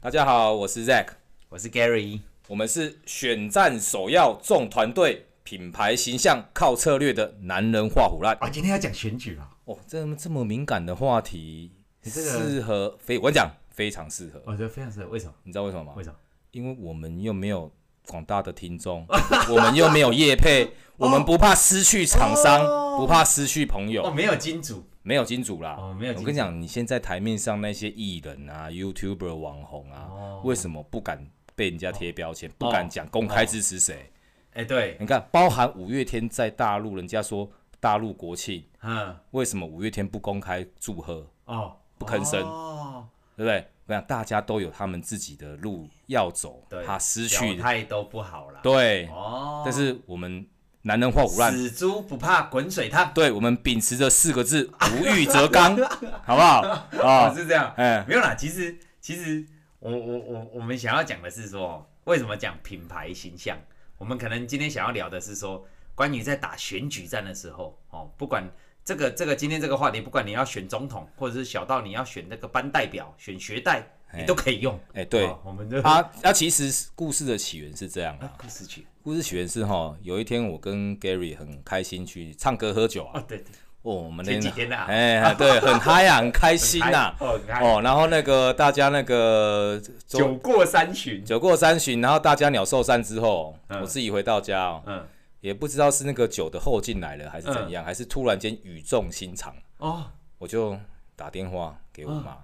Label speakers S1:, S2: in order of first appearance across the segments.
S1: 大家好，我是 Zack，
S2: 我是 Gary，
S1: 我们是选战首要重团队品牌形象靠策略的男人画虎烂。
S2: 啊，今天要讲选举啊，
S1: 哦，这么这么敏感的话题，
S2: 你这个
S1: 适合非我跟你讲非常适合，
S2: 我觉得非常适合，为什么？
S1: 你知道为什么吗？
S2: 为什么？
S1: 因为我们又没有广大的听 众，我们又没有业配，我们不怕失去厂商，
S2: 哦
S1: 不怕失去朋友，
S2: 哦，没有金主，
S1: 没有金主啦。
S2: 哦没有金主
S1: 我跟你讲，你现在台面上那些艺人啊、YouTuber、网红啊，
S2: 哦
S1: 为什么不敢被人家贴标签，不敢讲公开支持谁？
S2: 哎，对，
S1: 你看，包含五月天在大陆，人家说大陆国庆，
S2: 嗯，
S1: 为什么五月天不公开祝贺，
S2: 哦，
S1: 不吭声
S2: 哦，
S1: 对不对？我想大家都有他们自己的路要走
S2: 对，，
S1: 怕失去
S2: 表，态都不好啦。，
S1: 对，
S2: 哦，
S1: 但是我们男人画虎烂，
S2: 死猪不怕滚水烫，
S1: 对我们秉持着四个字“无欲则刚”， 好不好？
S2: 哦，
S1: 啊，
S2: 是这样，
S1: 哎，
S2: 没有啦，其实其实我我我我们想要讲的是说，为什么讲品牌形象？我们可能今天想要聊的是说，关于在打选举战的时候，哦，不管这个这个今天这个话题，不管你要选总统，或者是小到你要选那个班代表、选学代，
S1: 哎
S2: 你都可以用。
S1: 哎，对
S2: 哦，我们 就
S1: 啊，啊，其实故事的起源是这样啊，
S2: 故事曲
S1: 故事起源是哈，有一天我跟 Gary 很开心去唱歌喝酒
S2: 哦，
S1: 啊，
S2: 对对，
S1: 哦，我们
S2: 前
S1: 那
S2: 几天的啊
S1: 哎， 对，很嗨啊，很开心呐，
S2: 哦，你看
S1: 哦，然后那个大家那个
S2: 酒过三巡，
S1: 酒过三巡，然后大家鸟兽散之后，
S2: 嗯
S1: 我自己回到家哦，
S2: 嗯，
S1: 也不知道是那个酒的后劲来了还是怎样，还是突然间语重心长。
S2: 哦，
S1: 我就打电话给我妈，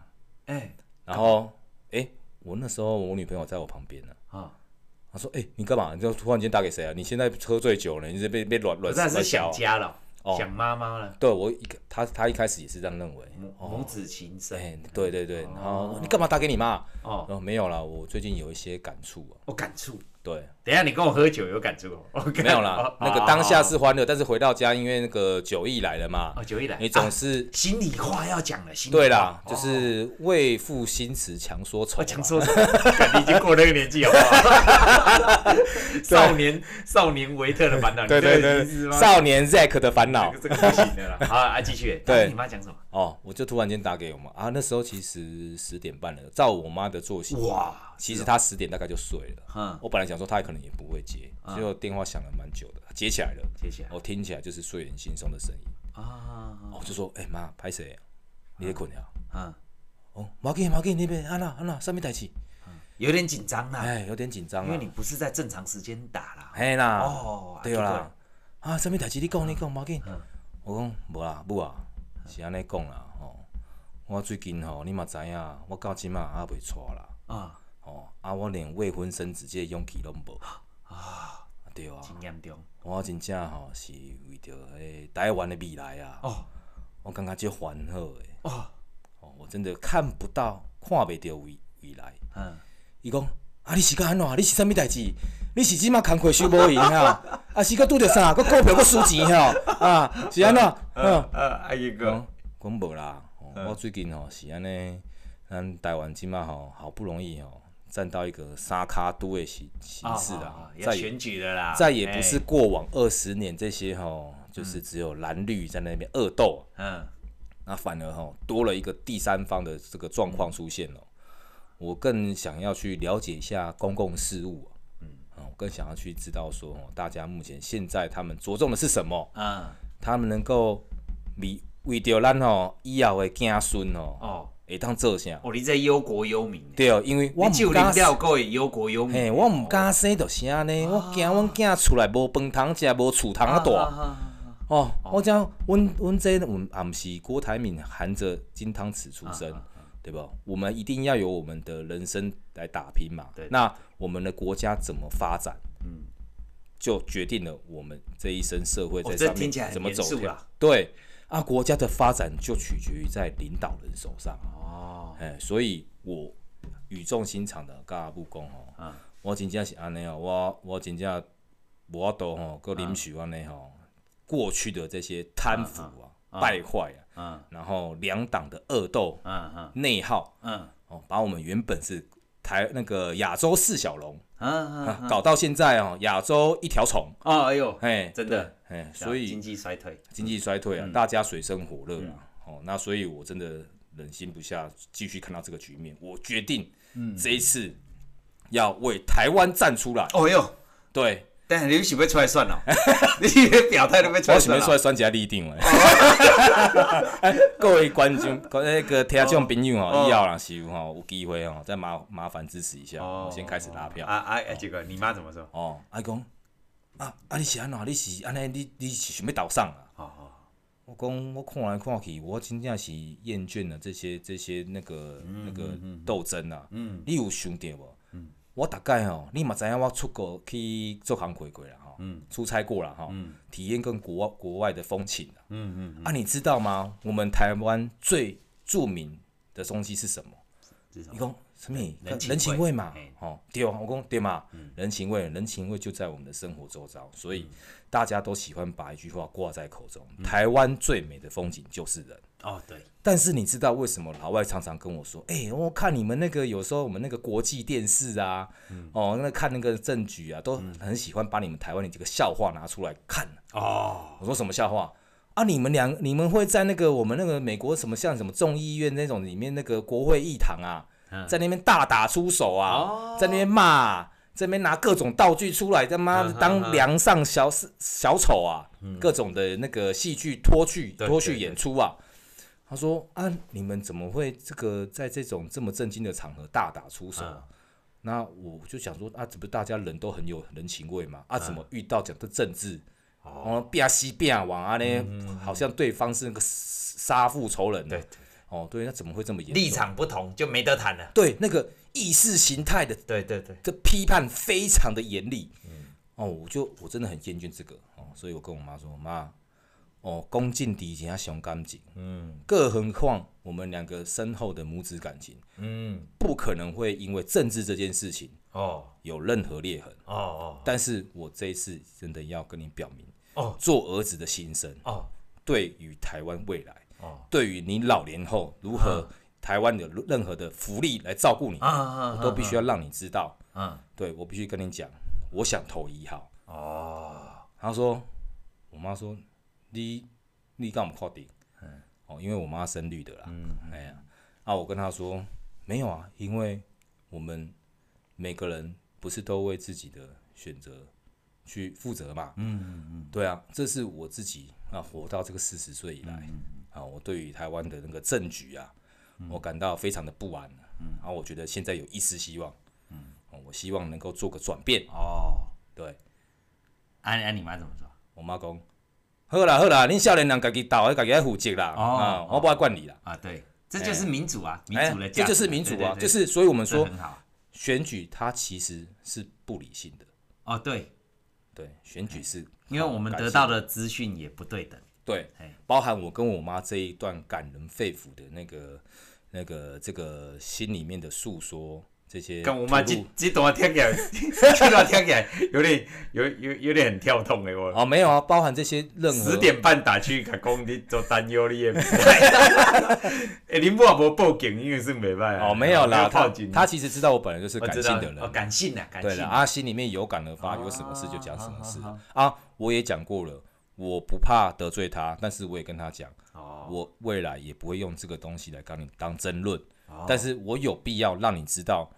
S2: 哎，
S1: 然后哎、诶我那时候我女朋友在我旁边呢、
S2: 啊，
S1: 她说：“哎、你干嘛？你就突然间打给谁啊？你现在喝醉酒了，你是被被软
S2: 我
S1: 软
S2: 那是
S1: 软
S2: 想
S1: 小、
S2: 家了，
S1: 哦
S2: 想妈妈了，
S1: 对我一个，她她一开始也是这样认为。
S2: 母母子情
S1: 哎、
S2: 深
S1: 对对对，然后哦你干嘛打给你妈？
S2: 哦，
S1: 哦，没有啦，我最近有一些感触啊。
S2: 我感触。
S1: 对，
S2: 等一下你跟我喝酒有感触哦？ 我跟
S1: 没有啦，那个当下是欢乐，但是回到家，因为那个酒意来了嘛，
S2: 哦，酒一来，
S1: 你总
S2: 啊
S1: 是、
S2: 心里话要讲了，心里话
S1: 对啦，就
S2: 哦
S1: 是为赋新词强说愁
S2: 我
S1: 嘛。
S2: 讲说什么， 干你已经过那个年纪好不好？ 少年少年维特的烦恼，你
S1: 对对
S2: 这个已经是
S1: 对，
S2: 吗
S1: 少年 Zack 的烦恼
S2: 这个。这个不行的啦。好啊，继续。
S1: 对
S2: 啊你妈讲什么？
S1: 哦，我就突然间打给我妈啊，那时候其实十点半了，照我妈的作息，
S2: 哇，
S1: 其实她十点大概就睡了。
S2: 嗯，
S1: 我本来想说她可能也不会接，
S2: 啊
S1: 结果电话响了蛮久的，接起来了，
S2: 接下来
S1: 我听起来就是睡眼惺忪的声音，
S2: 啊，
S1: 我就说：“哎、妈，拍谁？你在困呀
S2: 嗯，？”
S1: 哦，毛给毛给那边安娜安娜上面台起，
S2: 有点紧张啦，
S1: 哎，有点紧张
S2: 因为
S1: 啊哎
S2: 你，不是在正常时间打啦。
S1: 嘿啦，
S2: 哦，
S1: 对
S2: 啊
S1: 啦，，啊，什么代志你讲你讲，要紧
S2: 嗯。
S1: 我讲无啦，母啊，是安尼讲啦，吼、我最近吼、你嘛知影，我到即嘛也未娶啦，
S2: 奇怪啊，
S1: 吼、啊，我连未婚生子即个勇气拢无。啊，对啊，
S2: 经验中
S1: 我真正吼、是为着诶台湾的未来啊，
S2: 哦
S1: 我感觉这烦好诶，
S2: 哦，
S1: 哦，我真的看不到、看袂到未未来。
S2: 嗯，
S1: 伊讲啊，你是干安怎？你是啥物代志？你是即马工课收无闲啊？啊是搁拄着啥？搁股票搁输钱吼？啊是安怎？嗯，
S2: 呃，阿一
S1: 讲讲无啦，哦我最近吼是安尼，咱台湾即马吼好不容易吼站到一个三卡都的形形式
S2: 哦
S1: 啦
S2: 哦，要
S1: 再也
S2: 选举了啦，
S1: 再也不
S2: 哎
S1: 是过往二十年这些吼，就是只有蓝绿在那边恶斗，
S2: 嗯，
S1: 那反而吼多了一个第三方的这个状况出现了。我更想要去了解一下公共事务、啊，嗯，我更想要去知道说，哦大家目前现在他们着重的是什么？
S2: 嗯，
S1: 他们能够为为着咱吼以后的子孙吼，
S2: 哦，
S1: 会当做啥？
S2: 哦，你这忧国忧民的，
S1: 对，因为我
S2: 你就
S1: 毋
S2: 零
S1: 敢，
S2: 料够会忧国忧民的，
S1: 嘿，我毋敢生就是安尼，我惊阮囝厝内无饭通食，无厝通啊
S2: 啊
S1: 住。
S2: 啊
S1: 哦，我讲，阮阮这阮俺们是郭台铭含着金汤匙出生，
S2: 啊
S1: 对吧？我们一定要有我们的人生来打拼嘛。
S2: 对
S1: 那我们的国家怎么发展，
S2: 嗯，
S1: 就决定了我们这一生社会
S2: 哦
S1: 在
S2: 这
S1: 上面
S2: 听起来很
S1: 怎么走
S2: 严肃
S1: 向
S2: 啦。
S1: 对啊，国家的发展就取决于在领导人手上啊。
S2: 哦，
S1: 哎，所以我语重心长的跟阿布讲吼，
S2: 嗯
S1: 我真正是安尼哦，我我真正无法度吼，搁领受安尼吼，过去的这些贪腐啊、败坏啊，啊
S2: 嗯
S1: 然后两党的恶斗、
S2: 嗯嗯
S1: 内耗
S2: 嗯
S1: 哦，把我们原本是台那个亚洲四小龙、
S2: 嗯嗯，
S1: 啊搞到现在哦，亚洲一条虫，
S2: 哦，哎呦，
S1: 哎，
S2: 真的，啊
S1: 哎，所以
S2: 经济衰退，
S1: 经济衰退啊，大家水深火热啊。哦，那所以我真的忍心不下继续看到这个局面，我决定，这一次要为台湾站出来。
S2: 哦哟，
S1: 对，
S2: 但你是要出来算了、 你的表态都要出
S1: 我
S2: 来
S1: 准备
S2: 算
S1: 出
S2: 了。
S1: 来酸起来立定了。哎 各位观众、那个听众朋友哦，以后啦是有吼有机会哦，再麻麻烦支持一下，我先开始拉票
S2: 啊。啊啊！结果你妈怎么说？
S1: 哦，啊伊讲啊啊你是安怎？你是安尼？你你是想要投上啊？
S2: 哦哦，
S1: 我讲，我看来看去，我真正是厌倦了这些这些那个、那个斗争啊。
S2: 嗯
S1: 你有想着无？我大概吼，你嘛知影我出国去做行过过啦吼，
S2: 嗯
S1: 出差过啦吼，
S2: 嗯
S1: 体验跟国外国外的风情啊。
S2: 嗯嗯，
S1: 啊，你知道吗？我们台湾最著名的东西是什么？
S2: 这种
S1: 你讲什么？
S2: 人情味
S1: 人情味嘛
S2: 嘿，
S1: 哦，对啊，我讲对嘛，人情味，人情味就在我们的生活周遭，所
S2: 嗯
S1: 以大家都喜欢把一句话挂在口中：台湾最美的风景就是人。
S2: 哦对，
S1: 但是你知道为什么老外常常跟我说：“哎、我看你们那个有时候我们那个国际电视啊，
S2: 嗯
S1: 哦，那看那个政局啊，都很喜欢把你们台湾的这个笑话拿出来看、
S2: 哦
S1: 我说什么笑话啊？你们两你们会在那个我们那个美国什么像什么众议院那种里面那个国会议堂啊，
S2: 嗯
S1: 在那边大打出手啊，
S2: 哦
S1: 在那边骂啊、在那边拿各种道具出来，他妈
S2: 嗯
S1: 的
S2: 嗯
S1: 当梁上小小丑啊，各种的那个戏剧脱去
S2: 对
S1: 脱
S2: 对
S1: 去
S2: 对
S1: 演出啊。他说啊，你们怎么会这个在这种这么震惊的场合大打出手啊、
S2: 嗯
S1: 那我就想说啊，怎么大家人都很有人情味嘛？啊，怎么遇到讲的政治，哦，变西变往啊呢，好像对方是那个杀父仇人呢
S2: 对对。
S1: 哦，对，那怎么会这么严重？
S3: 立场不同就没得谈了。
S1: 对那个意识形态的
S3: 对对对，
S1: 这批判非常的严厉。哦，我就我真的很厌倦这个哦，所以我跟我妈说，妈，哦，恭敬敌人要雄干净，嗯，更何况我们两个深厚的母子感情，
S3: 嗯，
S1: 不可能会因为政治这件事情
S3: 哦
S1: 有任何裂痕。
S3: 哦哦
S1: 但是我这一次真的要跟你表明，
S3: 哦
S1: 做儿子的心声，
S3: 哦
S1: 对于台湾未来，
S3: 哦嗯
S1: 对于你老年后如何台湾有任何的福利来照顾你，
S3: 啊啊，
S1: 我都必须要让你知道。
S2: 啊
S3: 嗯
S1: 对我必须跟你讲，我想投一号。
S2: 啊
S3: 哦
S1: 他说，我妈说，你你干嘛靠顶？哦，因为我妈生绿的啦。哎呀，啊，我跟她说没有啊，因为我们每个人不是都为自己的选择去负责嘛。嗯嗯嗯，对啊，这是我自己啊，活到这个四十岁以来、啊，我对于台湾的那个政局啊，我感到非常的不安。嗯，啊，我觉得现在有一丝希望。嗯、我希望能够做个转变。
S2: 哦，
S1: 对。
S2: 安安你妈怎么说？
S1: 我妈讲，好啦好啦，恁少年人家己斗，家己爱负责啦，
S2: 哦
S1: 啊，我不爱管你啦。
S2: 啊对，这就是民主啊，民主的
S1: 哎
S2: 价值
S1: 这就是民主啊，
S2: 对对对
S1: 就是所以我们
S2: 这
S1: 说
S2: 很好
S1: 选举它其实是不理性的，
S2: 哦对，
S1: 对，选举是
S2: 哎因为我们得到的资讯也不对等，
S1: 对
S2: 哎，
S1: 包含我跟我妈这一段感人肺腑的那个那个这个心里面的诉说，这些
S2: 跟我妈
S1: 吐露
S2: 这这段听 起来，这段听起来有点有有有点很跳痛的我。
S1: 哦没有啊，包含这些任何
S2: 十点半打去，甲讲你做担忧你也不 知道。哎、恁某也无报警，因为是袂歹啊。
S1: 哦没有啦，
S2: 要
S1: 她
S2: 报警。
S1: 她其实知道我本来就是
S2: 我
S1: 感
S2: 知
S1: 性
S2: 道
S1: 的人
S2: 哦，，感性啊，感
S1: 对
S2: 性
S1: 了
S2: 啊。
S1: 啊，心里面有感而发，有什么事就讲什么事啊。我也讲过了，我不怕得罪他，但是我也跟他讲，
S2: 哦，
S1: 我未来也不会用这个东西来跟你当争论
S2: 哦，
S1: 但是我有必要让你知道，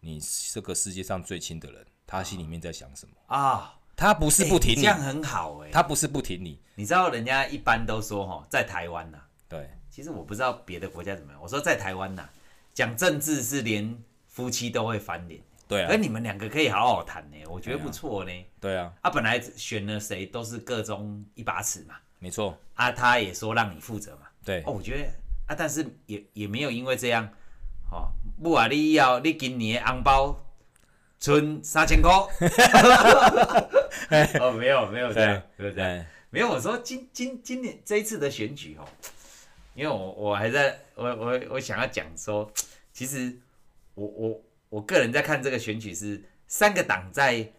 S1: 你这个世界上最亲的人，他心里面在想什么。
S2: 啊，
S1: 他不是不
S2: 欸
S1: 挺
S2: 这
S1: 你，
S2: 样很好哎、
S1: 他不是不挺你，
S2: 你知道人家一般都说哈，在台湾呐、
S1: 对
S2: 其实我不知道别的国家怎么样。我说在台湾呐、讲政治是连夫妻都会翻脸，
S1: 对
S2: 而
S1: 啊，
S2: 你们两个可以好好谈呢、我觉得
S1: 对啊
S2: 不错呢、
S1: 对啊，
S2: 啊，本来选了谁都是各中一把尺嘛，
S1: 没错，
S2: 啊，他也说让你负责嘛。
S1: 对
S2: 哦，我觉得啊，但是也也没有因为这样，哦，不啊，你以后你今年的红包存三千 块。 哦，没有没有这样，没有这样，
S1: 对，
S2: 没有。我说今今今年这一次的选举哦，因为我我还在我我我想要讲说，其实我我我个人在看这个选举是三个党在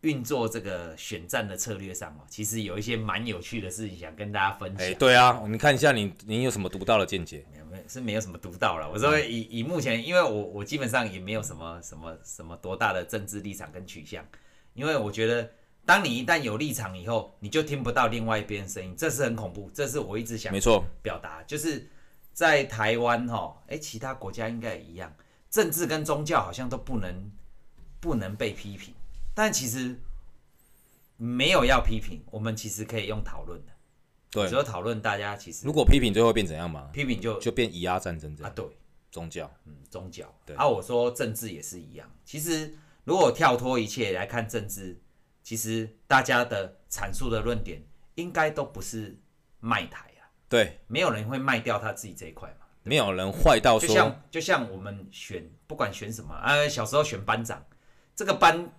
S2: 运作这个选战的策略上哦，其实有一些蛮有趣的事情想跟大家分享。
S1: 哎对啊，你看一下你你有什么独到的见解？
S2: 没有没有是没有什么独到了。我
S1: 嗯
S2: 说以以目前，因为我我基本上也没有什么什么什么多大的政治立场跟取向，因为我觉得当你一旦有立场以后，你就听不到另外一边的声音，这是很恐怖，这是我一直想
S1: 没错，
S2: 表达，就是在台湾哈，哎、其他国家应该也一样，政治跟宗教好像都不能不能被批评，但其实没有要批评，我们其实可以用讨论的，
S1: 对
S2: 只，有讨论大家其实
S1: 如果批评最后会变怎样嘛？
S2: 批评就
S1: 就变以阿战争这
S2: 啊
S1: 样，
S2: 对，
S1: 宗教。
S2: 嗯，宗教
S1: 对
S2: 啊，我说政治也是一样，其实如果跳脱一切来看政治，其实大家的阐述的论点应该都不是卖台啊，
S1: 对，
S2: 没有人会卖掉他自己这一块嘛。
S1: 没有人坏到
S2: 就
S1: 说，
S2: 像就像我们选不管选什么，啊，小时候选班长，这个班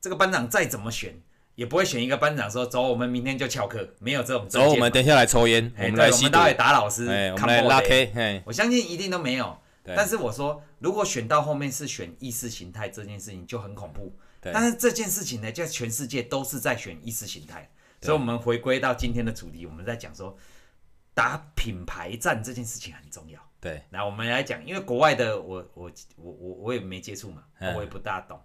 S2: 这个班长再怎么选，也不会选一个班长说走，我们明天就翘课，没有这种
S1: 走，
S2: 政
S1: 我
S2: 见嘛
S1: 们等一下来抽烟，
S2: 哎
S1: 我们
S2: 对
S1: 来
S2: 我
S1: 吸
S2: 们
S1: 毒，
S2: 待会打老师，
S1: 哎，我
S2: 看
S1: 们来
S2: 莫
S1: 拉
S2: 雷
S1: K，哎，
S2: 我相信一定都没有。
S1: 对
S2: 但是我说，如果选到后面是选意识形态这件事情就很恐怖。
S1: 对
S2: 但是这件事情呢，在全世界都是在选意识形态，所以我们回归到今天的主题，我们在讲说打品牌战这件事情很重要。
S1: 对，
S2: 来，我们来讲，因为国外的我我我我我也没接触嘛，
S1: 嗯
S2: 我也不大懂。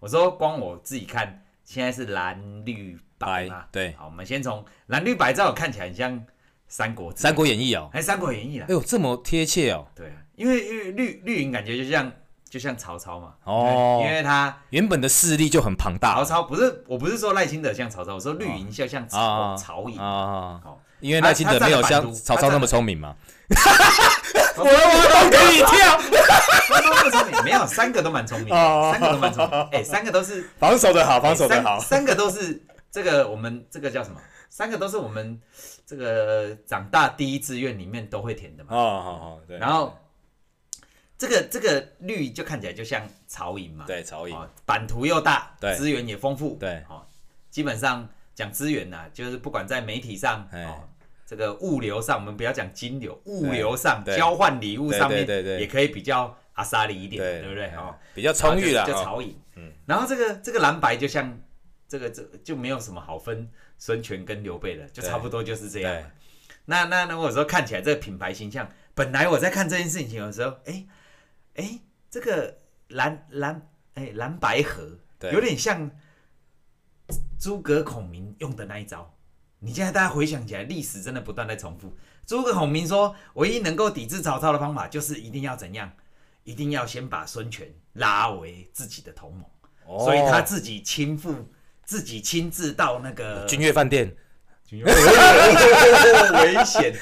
S2: 我说光我自己看，现在是蓝绿白嘛
S1: 白，对
S2: 好，我们先从蓝绿白，在我看起来很像《三国志》，
S1: 《三国演义》哦，
S2: 还《三国演义》啦
S1: 哎。呦，这么贴切哦，
S2: 对啊，因为因为绿绿营感觉就像就像曹操嘛，
S1: 哦
S2: 因为他
S1: 原本的势力就很庞大
S2: 曹操不是我不是说赖清德像曹操，我说绿营就像曹、
S1: 啊
S2: 曹哦营，
S1: 啊，
S2: 好、
S1: 因为赖清德没有
S2: 他站得
S1: 像
S2: 蛮多
S1: 曹操
S2: 他站得
S1: 那么聪明嘛，
S2: 我我
S1: 都可以跳，
S2: 我都不聪明，没有三个都蛮聪明
S1: 哦
S2: 的，三个都蛮 聪明，哎、三个都是
S1: 防守的好，防
S2: 哎三三个都是这个我们这个叫什么？三个都是我们这个长大第一志愿里面都会填的嘛。
S1: 哦，好好，对，
S2: 然后这个这个绿就看起来就像曹营嘛，
S1: 对曹营，
S2: 哦，版图又大，
S1: 对
S2: 资源也丰富，
S1: 对
S2: 哦，基本上讲资源呐、就是不管在媒体上，
S1: 哎
S2: 哦，这个物流上，我们不要讲金流，物流上
S1: 对
S2: 交换礼物上面，
S1: 对对对对
S2: 也可以比较阿萨里一点，对不对？
S1: 哎
S2: 哦，
S1: 比较充裕了
S2: 然后就就
S1: 哦，
S2: 曹颖，嗯，然后这个这个蓝白就像这个这就没有什么好分孙权跟刘备了，就
S1: 对
S2: 差不多就是这样
S1: 对
S2: 了。，那那那我说看起来这个品牌形象，本来我在看这件事情的时候，哎哎，这个蓝蓝哎蓝白盒，
S1: 对
S2: 有点像诸葛孔明用的那一招。你现在大家回想起来，历史真的不断在重复。诸葛孔明说，唯一能够抵制曹操的方法，就是一定要怎样，一定要先把孙权拉为自己的同盟，
S1: 哦
S2: 所以他自己亲赴，自己亲自到那个
S1: 君悦饭店，
S2: 危险。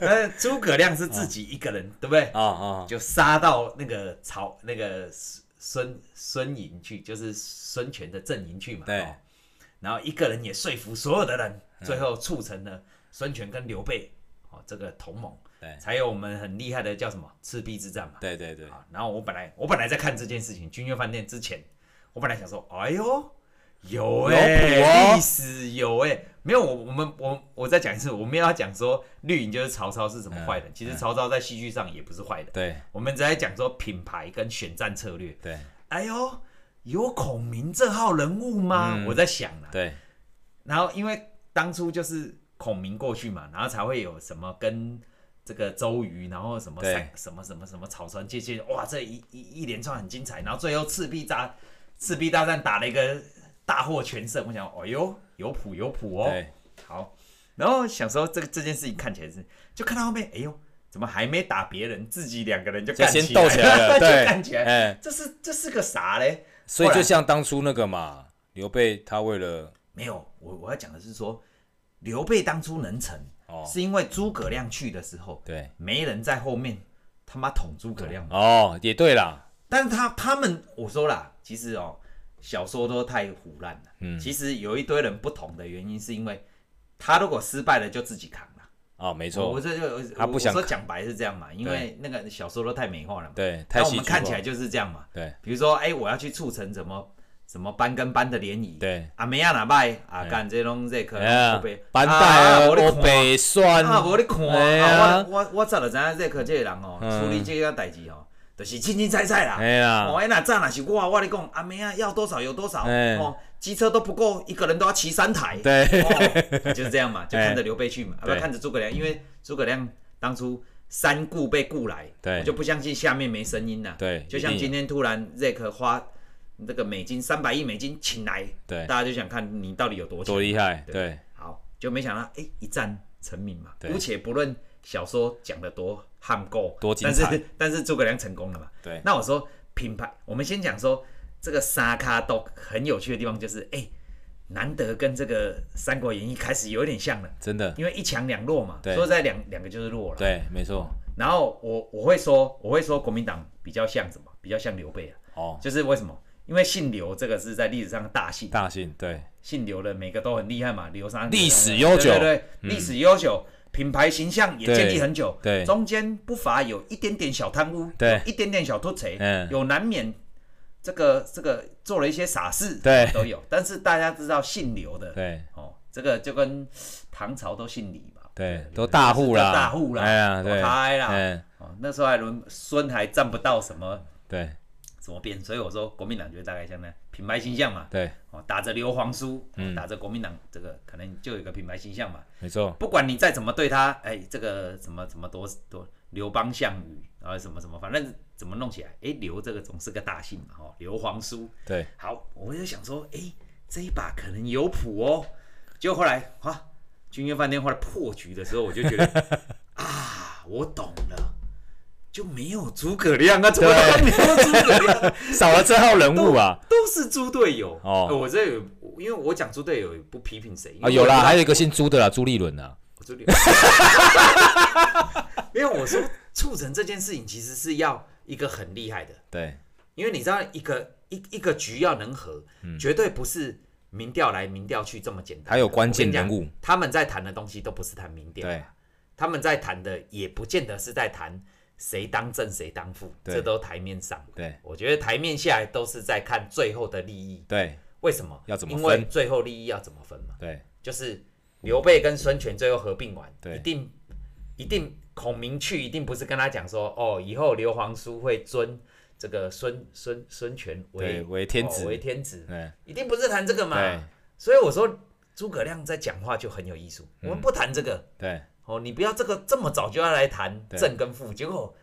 S2: 呃，诸葛亮是自己一个人，对不对？
S1: 啊啊，
S2: 就杀到那个曹那个孙孙营去，就是孙权的阵营去嘛。
S1: 对嗯
S2: 哦然后一个人也说服所有的人，最后促成了孙权跟刘备哦这个同盟，
S1: 对
S2: 才有我们很厉害的叫什么赤壁之战嘛。
S1: 对对对，
S2: 啊，然后我本来我本来在看这件事情，君悦饭店之前，我本来想说，哎呦，有哎、
S1: 有谱哦
S2: 历史有哎、没有我我们我我再讲一次，我们要讲说绿营就是曹操是怎
S1: 嗯
S2: 么坏人，其实曹操在戏剧上也不是坏人，
S1: 对
S2: 我们只在讲说品牌跟选战策略。
S1: 对
S2: 哎呦，有孔明这号人物吗？
S1: 嗯
S2: 我在想啊啦，
S1: 对
S2: 然后因为当初就是孔明过去嘛，然后才会有什么跟这个周瑜，然后什么
S1: 对
S2: 三什么什么什么草船借箭，哇，这一一一连串很精彩，然后最后赤壁大赤壁大战打了一个大获全胜，我想，哦哟，有谱有谱哦，
S1: 对，
S2: 好，然后想说这这件事情看起来是，就看到后面，哎呦，怎么还没打别人，自己两个人就
S1: 就
S2: 干
S1: 先斗起来了，
S2: 了， 就
S1: 对，
S2: 干起来，
S1: 哎，
S2: 这是这是个啥嘞？
S1: 所以就像当初那个嘛，刘备他为了
S2: 没有，我我要讲的是说，刘备当初能成，
S1: 哦，
S2: 是因为诸葛亮去的时候，
S1: 对，
S2: 没人在后面他妈捅诸葛亮。
S1: 哦，也对啦，
S2: 但是他他们我说啦，其实哦，小说都太胡乱了。嗯，其实有一堆人不同的原因，是因为他如果失败了就自己扛了。
S1: 哦，没
S2: 我
S1: 错
S2: 我，这就
S1: 他不
S2: 我
S1: 想
S2: 我说
S1: 扛
S2: 讲白是这样嘛，因为那个小说都太美化了嘛。
S1: 对，太
S2: 那我
S1: 戏
S2: 们
S1: 剧
S2: 看起
S1: 化
S2: 来，就是这样嘛。
S1: 对
S2: 比如说，哎、我要去促成什么什么班跟班的联谊，
S1: 对，
S2: 啊，没啊哪拜啊，干这拢这可
S1: 哎
S2: 能
S1: 呀
S2: 不被，
S1: 班
S2: 啊
S1: 带
S2: 我咧
S1: 欧
S2: 看
S1: 北酸，
S2: 啊，无你看
S1: 哎呀
S2: 啊，啊我我我早就知影这科这个人哦，
S1: 嗯
S2: 处理这个代志哦，就是清清菜菜啦。
S1: 哎呀
S2: 哦，，哎那早若是我，我跟你讲，阿妹啊，要多少有多少，
S1: 哎
S2: 哦，机车都不够，一个人都要骑三台。
S1: 对 哎
S2: 哦，就是这样嘛，就看着刘备去嘛，啊不
S1: 对
S2: 看着诸葛亮，因为诸葛亮当初三顾被雇来，
S1: 对
S2: 我就不相信下面没声音啦。
S1: 对
S2: 就
S1: 一
S2: 像
S1: 定
S2: 今天突然 Zack 花这个美金三百亿美金请来，
S1: 对
S2: 大家就想看你到底有多强
S1: 多厉害，
S2: 对
S1: 对
S2: 好，就没想到哎、一战成名嘛。
S1: 对
S2: 姑且不论小说讲的多悍够，
S1: 多精
S2: 但
S1: 彩
S2: 是但是诸葛亮成功了嘛？
S1: 对
S2: 那我说品牌，我们先讲说这个沙卡豆很有趣的地方就是，哎、难得跟这个《三国演义》开始有点像了，
S1: 真的，
S2: 因为一强两弱嘛，
S1: 对
S2: 说实在两两个就是弱了。
S1: 对，没错，
S2: 然后我我会说，我会说国民党比较像什么？比较像刘备啊，
S1: 哦，
S2: 就是为什么？因为姓刘这个是在历史上的大姓，
S1: 大信，对，
S2: 姓刘的每个都很厉害嘛，刘三
S1: 历史悠久
S2: 对对对，历史悠久，品牌形象也
S1: 对
S2: 建立很久，
S1: 对
S2: 中间不乏有一点点小贪污，
S1: 对
S2: 有一点点小偷贼，
S1: 嗯
S2: 哎有难免这个这个做了一些傻事，
S1: 对
S2: 都有。但是大家知道姓刘的，
S1: 对，
S2: 哦，这个就跟唐朝都姓李嘛，
S1: 对，都大户啦，
S2: 都大户啦
S1: 哎呀，
S2: 躲
S1: 对，
S2: 开啦
S1: 嗯，
S2: 哦，那时候还轮孙还占不到什么
S1: 对，
S2: 什么边，所以我说国民党就大概像那样品牌形象嘛，
S1: 对，
S2: 哦，打着刘皇叔，
S1: 嗯
S2: 哦打着国民党这个可能就有一个品牌形象嘛。
S1: 没错，
S2: 不管你再怎么对他，哎，这个什么什么多多刘邦项羽啊，什么什么，反正怎么弄起来，哎，刘这个总是个大姓嘛，哦，刘皇叔。
S1: 对，
S2: 好，我就想说，哎，这一把可能有谱哦。结果后来啊，君悦饭店后来破局的时候，我就觉得 啊，我懂了，就没有诸葛亮啊，怎么会没有诸葛亮？
S1: 少了这号人物啊，
S2: 都是猪队友
S1: 哦
S2: 呃我这有，因为我讲猪队友也不批评谁
S1: 啊，有啦，还有一
S2: 个
S1: 个姓朱的啦，朱立伦啊，
S2: 我 这里，没有我说促成这件事情其实是要一个很厉害的，
S1: 对，
S2: 因为你知道一个一一个局要能和，绝对不是民调来民调去这么简单的。
S1: 嗯还有关键
S2: 我跟你讲
S1: 人物，
S2: 他们在谈的东西都不是谈民调，啊
S1: 对，
S2: 他们在谈的也不见得是在谈谁当正谁当副，
S1: 对
S2: 这都台面上。
S1: 对，
S2: 我觉得台面下来都是在看最后的利益，
S1: 对，
S2: 为什么？
S1: 要怎么
S2: 因为
S1: 分
S2: 最后利益要怎么分嘛？
S1: 对，
S2: 就是刘备跟孙权最后合并完，
S1: 对
S2: 一定一定孔明去一定不是跟他讲说，哦，以后刘皇叔会尊这个孙孙孙权为
S1: 对为天子
S2: 哦为天子，
S1: 对，
S2: 一定不是谈这个
S1: 对
S2: 嘛。所以我说诸葛亮在讲话就很有艺术，我们不谈这个
S1: 对，
S2: 哦，你不要这个这么早就要来谈
S1: 对
S2: 正跟负，结果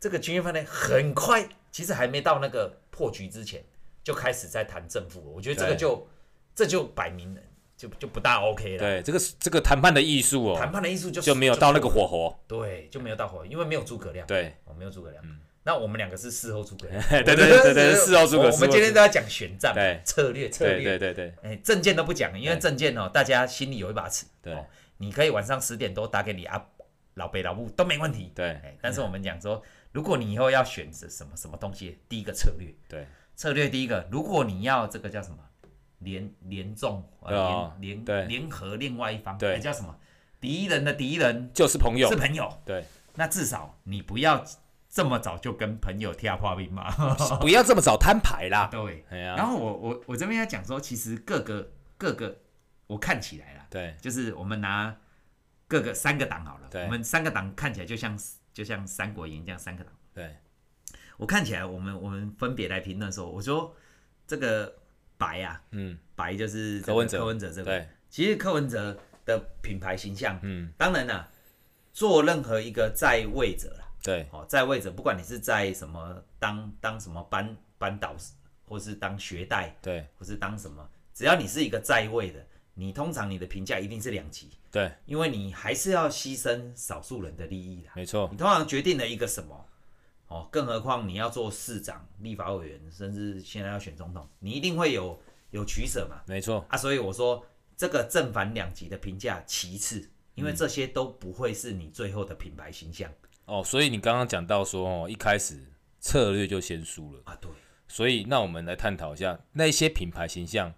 S2: 这个军运饭店很快，其实还没到那个破局之前就开始在谈正负了，我觉得这个
S1: 对
S2: 就这就摆明了。就就不大 OK 了，
S1: 对，这个这个谈判的艺术
S2: 谈
S1: 哦，
S2: 判的艺术就
S1: 就没有到那个火候，
S2: 对，就没有到火，因为没有诸葛亮，，
S1: 对，嗯
S2: 哦，没有诸葛亮。那我们两个是事后诸葛亮，
S1: 对对对对 对事后诸葛
S2: 我我们今天都要讲选战嘛
S1: 对
S2: 策略策
S1: 对对
S2: 略，
S1: 对对，
S2: 哎，证件都不讲，因为
S1: 对
S2: 证件哦，大家心里有一把尺，
S1: 对
S2: 哦，你可以晚上十点多打给你阿老北老母都没问题，
S1: 对
S2: 哎，但是我们讲说，如果你以后要选择什么什么东西，第一个策略，
S1: 对，
S2: 策略第一个，如果你要这个叫什么联联众，
S1: 对啊
S2: 呃联
S1: 对
S2: 联联合另外一方，
S1: 对
S2: 哎叫什么敌人的敌人
S1: 就是朋友
S2: 是，朋友，
S1: 对，
S2: 那至少你不要这么早就跟朋友跳破冰嘛。
S1: 不要这么早摊牌啦，
S2: 对。
S1: 哎
S2: 哦然
S1: 呀，
S2: 后我我我这边要讲说，其实各个各个我看起来啦，
S1: 对，
S2: 就是我们拿各个三个党好了，
S1: 对
S2: 我们三个党看起来就像就像《三国演义》这样三个党。
S1: 对，
S2: 我看起来我们我们分别来评论说，我说这个白啊，
S1: 嗯，
S2: 白就是这个
S1: 柯文哲，
S2: 柯文哲这个，
S1: 对，
S2: 其实柯文哲的品牌形象，
S1: 嗯，
S2: 当然啦、啊做任何一个在位者啦。
S1: 对，
S2: 哦，在位者，不管你是在什么当当什么班班导，或是当学带，
S1: 对，
S2: 或是当什么，只要你是一个在位的，你通常你的评价一定是两极，
S1: 对，
S2: 因为你还是要牺牲少数人的利益啦。
S1: 没错
S2: 你，通常决定了一个什么，哦，更何况你要做市长、立法委员，甚至现在要选总统，你一定会有有取舍嘛。
S1: 没错，
S2: 啊，所以我说这个正反两极的评价其次，因
S1: 嗯
S2: 为这些都不会是你最后的品牌形象
S1: 哦，所以你刚刚讲到说，哦，一开始策略就先输了，
S2: 啊。对，
S1: 所以那我们来探讨一下那些品牌形象，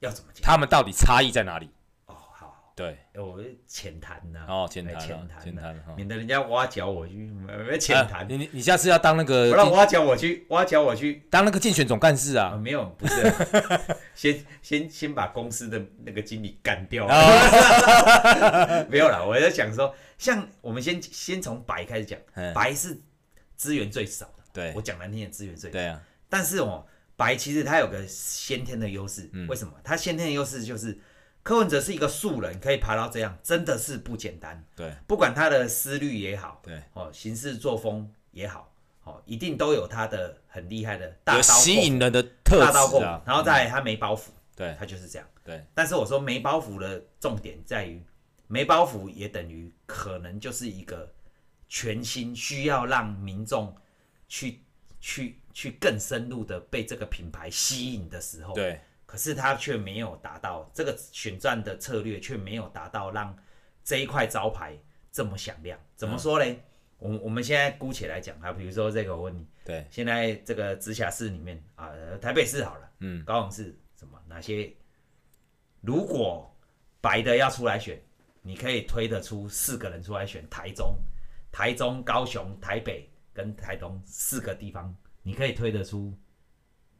S2: 要怎么讲？
S1: 他们到底差异在哪里？
S2: 哦，好好，
S1: 对，
S2: 哎我浅谈呐，
S1: 哦，浅
S2: 哎
S1: 谈
S2: 浅
S1: 啊，
S2: 谈
S1: 浅
S2: 呐，
S1: 谈哈，
S2: 免得人家挖角我去，没浅
S1: 啊
S2: 谈，
S1: 你你呃你下次要当那个
S2: 不让挖角我去，挖角我去
S1: 当那个竞选总干事
S2: 啊，
S1: 啊，
S2: 没有，不是啊，先先先把公司的那个经理干掉，
S1: 哦
S2: 没有啦，我在想说，像我们先先从白开始讲，
S1: 嗯
S2: 白是资源最少的，
S1: 对
S2: 我讲难听点，资源最少，
S1: 对啊，
S2: 但是哦，白其实他有个先天的优势，
S1: 嗯
S2: 为什么？他先天的优势就是柯文哲是一个素人，可以爬到这样，真的是不简单。
S1: 对啊
S2: 不管他的思虑也好，
S1: 对，
S2: 哦，行事作风也好，哦，一定都有他的很厉害的大
S1: 有
S2: 刀过
S1: 吸引人的特
S2: 大刀
S1: 质
S2: 过
S1: 啊
S2: 斧，，然后再来他没包袱，
S1: 对
S2: 他就是这样。
S1: 对
S2: 但是我说没包袱的重点在于没包袱也等于可能就是一个全新需要让民众去去去更深入的被这个品牌吸引的时候，
S1: 对，
S2: 可是他却没有达到这个选战的策略，却没有达到让这一块招牌这么响亮。
S1: 嗯
S2: 怎么说嘞？我我们现在姑且来讲啊，比如说这个，我问你，
S1: 对，
S2: 现在这个直辖市里面啊、呃台北市好了，
S1: 嗯，
S2: 高雄市什么哪些？如果白的要出来选，你可以推得出四个人出来选台中、台中、高雄、台北跟台东四个地方，你可以推得出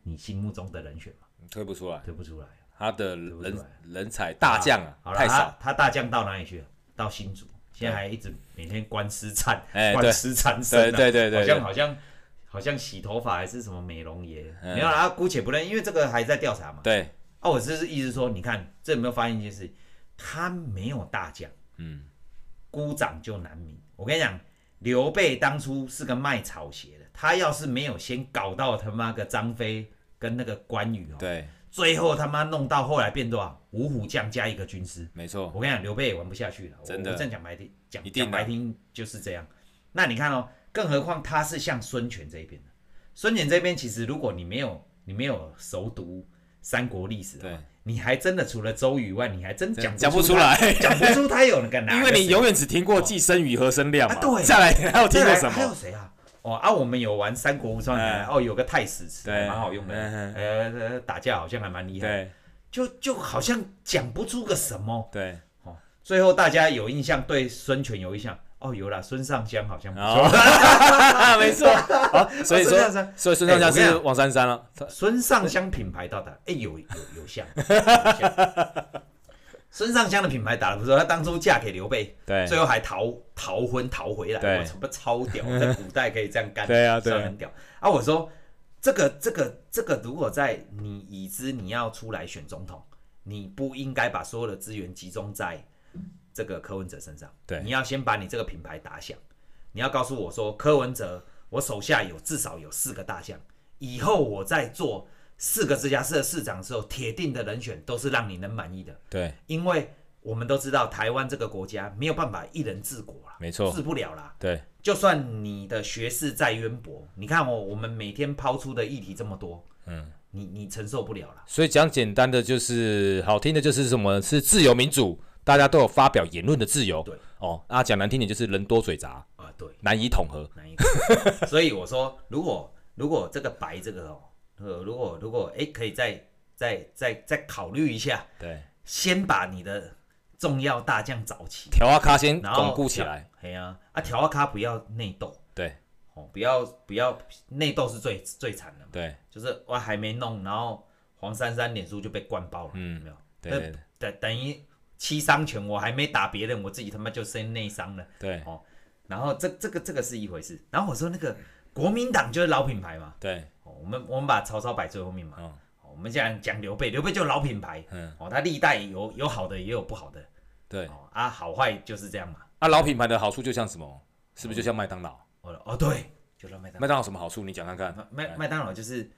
S2: 你心目中的人选吗？
S1: 推不出来，
S2: 推不出来。
S1: 他的
S2: 不
S1: 人
S2: 出来
S1: 人才大将啊
S2: 好，了，
S1: 太
S2: 他
S1: 少，
S2: 他大将到哪里去了？到新竹，现在还一直每天官司缠，
S1: 哎对
S2: 官司缠身、啊，
S1: 对对对对
S2: 好像
S1: 对
S2: 好像好像洗头发还是什么美容爷，
S1: 嗯
S2: 没有啦，啊姑且不论，因为这个还在调查嘛。
S1: 对，
S2: 啊，我只是意思说，你看这有没有发现一件事？他没有大将，
S1: 嗯，
S2: 孤掌就难鸣。我跟你讲，刘备当初是个卖草鞋的，他要是没有先搞到他妈个张飞跟那个关羽哦，
S1: 对，
S2: 最后他妈弄到后来变多少五虎将加一个军师。
S1: 没错，
S2: 我跟你讲，刘备也玩不下去了。我
S1: 真的
S2: 我正讲白听，讲
S1: 一定
S2: 讲
S1: 的
S2: 白听就是这样。那你看哦，更何况他是像孙权这一边的。孙权这边其实，如果你没有你没有熟读三国历史的话
S1: 对，
S2: 你还真的除了周瑜以外，你还真
S1: 真
S2: 讲
S1: 讲不
S2: 出
S1: 出来
S2: 他讲不出他有那个哪个
S1: 因
S2: 谁。
S1: 为你永远只听过寄生鱼和生亮嘛，
S2: 啊对
S1: 再来你还有听
S2: 再
S1: 过
S2: 来
S1: 什
S2: 还有
S1: 么？
S2: 谁啊？哦啊，我们有玩《三国无双》
S1: 哎
S2: 哦，有个太史慈，
S1: 对
S2: 还蛮好用的。
S1: 嗯
S2: 呃，呃打架好像还蛮厉害，
S1: 对
S2: 就就好像讲不出个什么。
S1: 对，
S2: 哦，最后大家有印象，对孙权有印象。哦，有啦，孙尚香好像不错。
S1: 哦，没错， 好，所以
S2: 孙尚
S1: 说
S2: 香，
S1: 所以孙尚香
S2: 哎我跟你
S1: 是
S2: 讲
S1: 王珊珊了，他
S2: 孙尚香品牌到达，哎、有有有像，有像孙尚香的品牌打得不错，她当初嫁给刘备，
S1: 对
S2: 最后还逃逃婚逃回来，
S1: 对
S2: 我操，不超 屌，在古代可以这样干，
S1: 对啊对啊
S2: 算很屌。啊，我说这个这个这个，如果在你已知你要出来选总统，你不应该把所有的资源集中在这个柯文哲身上，
S1: 对
S2: 你要先把你这个品牌打响。你要告诉我说，柯文哲，我手下有至少有四个大将，以后我在做四个直辖市的市长的时候，铁定的人选都是让你能满意的，
S1: 对，
S2: 因为我们都知道台湾这个国家没有办法一人治国了，
S1: 没错
S2: 治不了啦。
S1: 对
S2: 就算你的学识再渊博，你看哦我我们每天抛出的议题这么多，
S1: 嗯，
S2: 你你承受不了啦。
S1: 所以讲简单的就是好听的就是什么是自由民主，大家都有发表言论的自由。
S2: 对
S1: 哦，啊讲难听点就是人多嘴杂，
S2: 啊，对，
S1: 难以统合。
S2: 难以。 所以我说，如果如果这个白这个哦，呃，如果如果哎、诶可以再再再再考虑一下，
S1: 对，
S2: 先把你的重要大将找齐，
S1: 调啊咖先
S2: 然后
S1: 巩固起来。。
S2: 哎呀、啊，啊，调阿卡不要内斗
S1: 对
S2: 哦，不要不要内斗是最最惨的嘛，
S1: 对
S2: 就是我还没弄，然后黄珊珊脸书就被灌爆了，
S1: 嗯
S2: 有没有？
S1: 对对对
S2: 那等等于七伤拳，我还没打别人，我自己他妈就先内伤了。
S1: 对
S2: 哦，然后这这个这个是一回事。然后我说那个国民党就是老品牌嘛，
S1: 对，
S2: 哦、我们我们把曹操摆最后面嘛。
S1: 嗯
S2: 哦我们现在讲刘备，刘备就是老品牌，
S1: 嗯
S2: 哦，他历代有有好的也有不好的，
S1: 对。
S2: 哦啊好坏就是这样嘛。
S1: 啊，老品牌的好处就像什么？是不是就像麦当劳？
S2: 我说哦对，就是麦当
S1: 麦当劳有什么好处？你讲看看。嗯
S2: 劳，麦麦当劳就是，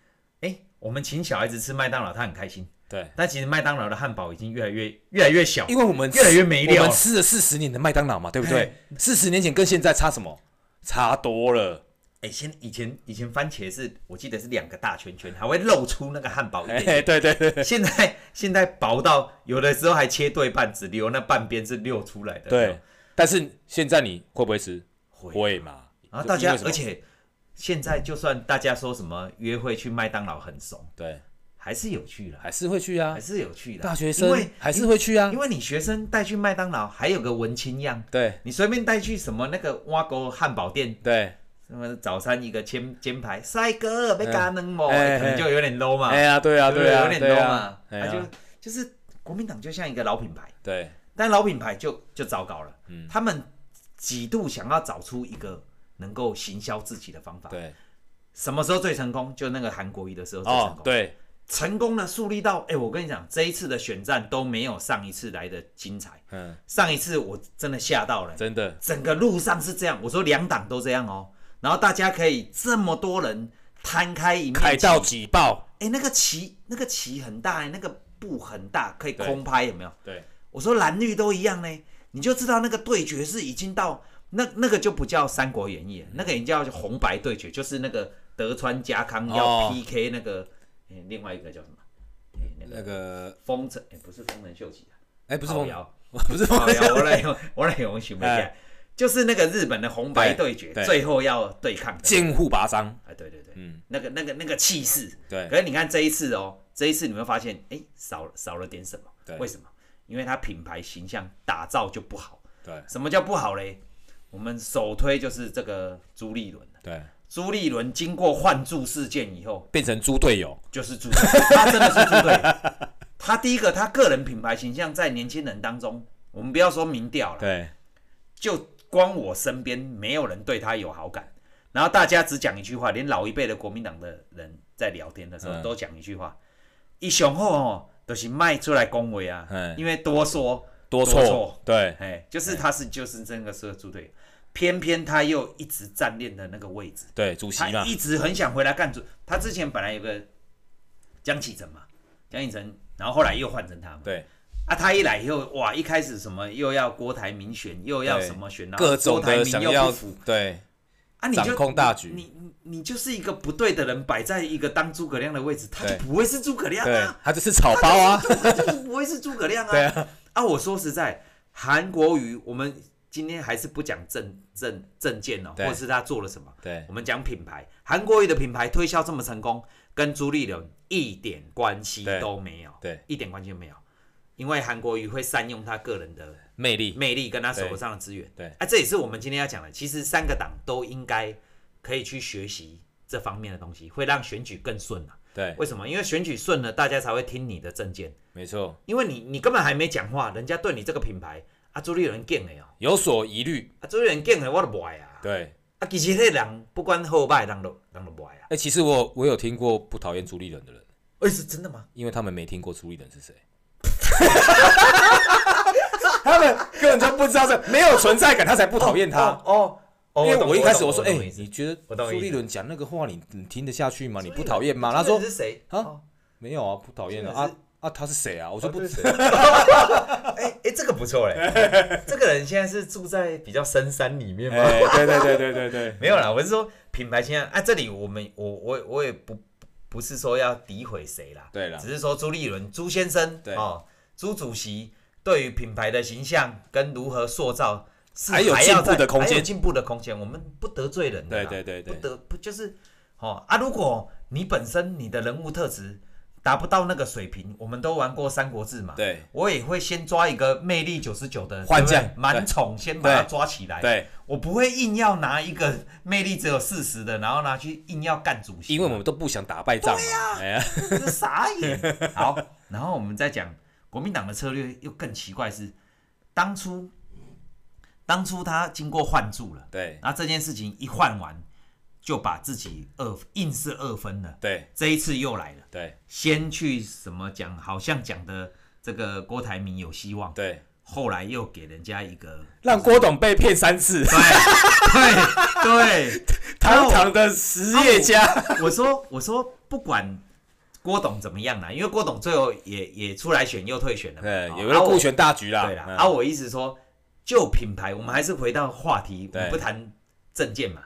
S2: 哎、我们请小孩子吃麦当劳，他很开心，
S1: 对，
S2: 但其实麦当劳的汉堡已经越来越越来越小，
S1: 因为我们
S2: 越来越没料
S1: 我
S2: 了
S1: 们吃了四十年的麦当劳嘛，对不对？四十年前跟现在差什么？差多了。
S2: 哎、先以前以前番茄是我记得是两个大圈圈，还会露出那个汉堡一点
S1: 哎，对对对对
S2: 现在现在薄到有的时候还切对半，只留那半边是溜出来的。
S1: 对。但是现在你会不会吃？
S2: 会
S1: 会嘛。
S2: 然后
S1: 就
S2: 大
S1: 因
S2: 家
S1: 为什，么
S2: 而且现在就算大家说什么约会去麦当劳很怂，
S1: 对，
S2: 还是有趣啦，
S1: 还是会去啊
S2: 还。是有趣啦。
S1: 大学
S2: 因
S1: 生
S2: 为
S1: 还是会去啊
S2: 因。为你学生带去麦当劳，还有个文青样。
S1: 对
S2: 你随便带去什么那个挖沟汉堡店，
S1: 对，
S2: 什么早餐一个煎煎排，帅哥被嘎能某，
S1: 哎哎
S2: 可能就有点 low 嘛，
S1: 哎呀，对啊，
S2: 对不对
S1: 啊，
S2: 有点
S1: 对
S2: low
S1: 啊
S2: 嘛，，
S1: 哎
S2: 啊就
S1: 呀，
S2: 就是国民党就像一个老品牌，
S1: 对
S2: 但老品牌就就糟糕了，
S1: 嗯
S2: 他们几度想要找出一个能够行销自己的方法，
S1: 对，
S2: 什么时候最成功？就那个韩国瑜的时候最成
S1: 哦
S2: 功，，
S1: 对
S2: 成功的树立到，哎、我跟你讲，这一次的选战都没有上一次来的精彩，
S1: 嗯，
S2: 上一次我真的吓到了，
S1: 真的，
S2: 整个路上是这样，我说两党都这样哦，然后大家可以这么多人摊开一面
S1: 凯
S2: 旗
S1: 道挤爆，
S2: 哎、那个旗那个旗很大、那个布很大，可以
S1: 对
S2: 空拍有没有？
S1: 对
S2: 我说蓝绿都一样呢，你就知道那个对决是已经到那那个就不叫《三国演义》了，那个已经叫红白对决，就是那个德川家康要
S3: 哦
S2: PK 那个、诶另外一个叫什么？诶那个
S1: 那个
S2: 丰臣、诶不是丰臣秀吉啊，
S1: 哎，不是
S2: 好
S1: 风，
S2: 摇
S1: 不是风
S2: 好， 摇，我来我来我想一下
S1: 哎，
S2: 就是那个日本的红白对决，
S1: 对对
S2: 最后要对抗的
S1: 剑护拔伤，
S2: 啊，对对对，
S1: 嗯
S2: 那个那个那个气势，
S1: 对
S2: 可是你看这一次哦，这一次你会发现，哎，少少了点什么？
S1: 对
S2: 为什么？因为它品牌形象打造就不好。
S1: 对
S2: 什么叫不好嘞？我们首推就是这个朱立伦，啊
S1: 对，
S2: 朱立伦经过换柱事件以后，
S1: 变成猪队友，
S2: 就是猪队友，他真的是猪队友。他第一个，他个人品牌形象在年轻人当中，我们不要说民调了，
S1: 对
S2: 就光我身边没有人对他有好感，然后大家只讲一句话，连老一辈的国民党的人在聊天的时候
S1: 嗯
S2: 都讲一句话：，一雄厚哦，都、是卖出来恭维啊
S1: 嗯，
S2: 因为多说，
S1: 多
S2: 多错
S1: 错，对
S2: 哎，就是他是就是这个是猪队友，偏偏他又一直占领的那个位置，
S1: 对，主席
S2: 他
S1: 嘛，
S2: 一直很想回来干主，他之前本来有个江启臣嘛，江启臣，然后后来又换成他嘛，
S1: 对
S2: 啊，他一来以后，哇，一开始什么又要郭台铭选，又要什么选，然后
S1: 各种
S2: 郭台
S1: 的
S2: 铭
S1: 想
S2: 又
S1: 要
S2: 不服，
S1: 对
S2: 啊，你就
S1: 掌控大局
S2: 你你你就是一个不对的人摆在一个当诸葛亮的位置，他就
S1: 对
S2: 不会是诸葛亮
S1: 对
S2: 啊，，
S1: 他就是草包啊，
S2: 他就是不会是诸葛亮
S1: 对
S2: 啊。
S1: 啊，
S2: 啊，我说实在，韩国瑜，我们今天还是不讲政政政见哦，
S1: 对
S2: 或是他做了什么，
S1: 对
S2: 我们讲品牌，韩国瑜的品牌推销这么成功，跟朱立伦一点关系
S1: 对
S2: 都没有，
S1: 对，
S2: 一点关系都没有，因为韩国瑜会善用他个人的
S1: 魅力，
S2: 魅力跟他手头上的资源。
S1: 对对
S2: 啊，这也是我们今天要讲的。其实三个党都应该可以去学习这方面的东西，会让选举更顺啊。
S1: 对，
S2: 为什么？因为选举顺了，大家才会听你的政见。
S1: 没错，
S2: 因为你你根本还没讲话，人家对你这个品牌啊，朱立伦见了哦，
S1: 有所疑虑，
S2: 啊，朱立伦见了我都不爱啊。
S1: 对。
S2: 啊，其实迄人不管好歹，人都人都不爱啊。
S1: 哎、其实我我有听过不讨厌朱立伦的人，
S2: 哎、是真的吗？
S1: 因为他们没听过朱立伦是谁， 他们根本就不知道这没有存在感，他才不讨厌他。
S2: 哦哦，
S1: 因为
S2: 懂
S1: 我一开始我说，哎、
S2: 懂懂意思
S1: 你觉得
S2: 我懂
S1: 朱
S2: 意思
S1: 立伦讲那个话你，你听得下去吗？你
S2: 朱
S1: 不
S2: 立伦
S1: 讨厌吗？
S2: 朱
S1: 他
S2: 立伦
S1: 说
S2: 是谁？
S1: 啊
S2: 哦
S1: 没有啊，不讨厌
S2: 朱
S1: 啊
S2: 立伦哦
S1: 啊啊，他是谁啊？我说不，
S2: 哎、哎、这个不错嘞， 这个人现在是住在比较深山里面吗？
S1: 哎、对对对对对对，
S2: 没有啦，我是说品牌形象啊，这里我们我我我也不不是说要诋毁谁啦，
S1: 对啦
S2: 只是说朱立伦朱先生
S1: 对
S2: 哦，朱主席对于品牌的形象跟如何塑造是
S1: 还有
S2: 要
S1: 进步
S2: 再
S1: 的空间
S2: 还有进步的空间，我们不得罪人的啦，
S1: 对对对对
S2: 不得不就是哦啊，如果你本身你的人物特质达不到那个水平，我们都玩过《三国志》嘛，
S1: 对
S2: 我也会先抓一个魅力九十九的
S1: 换将
S2: 对不对蛮宠，先把它
S1: 对
S2: 抓起来，
S1: 对，
S2: 我不会硬要拿一个魅力只有四十的，然后拿去硬要干主席，
S1: 因为我们都不想打败仗嘛，哎呀、
S2: 这是傻 眼。好，然后我们再讲国民党的策略又更奇怪是，当初当初他经过换柱了，
S1: 对
S2: 然后这件事情一换完，就把自己二硬是二分了。
S1: 对
S2: 这一次又来了，
S1: 对
S2: 先去什么讲，好像讲的这个郭台铭有希望，
S1: 对，
S2: 后来又给人家一个哎
S1: 让郭董被骗三次，
S2: 啊 对对对，
S1: 堂堂的实业家，
S2: 我说我说不管郭董怎么样啦，因为郭董最后也也出来选又退选了嘛，
S1: 对，
S2: 哦
S1: 哎有个
S2: 啊
S1: 顾
S2: 我
S1: 全大局啦，
S2: 对啦，
S1: 嗯
S2: 啊，我意思说，就品牌，我们还是回到话题，我
S1: 对
S2: 们不谈证件嘛，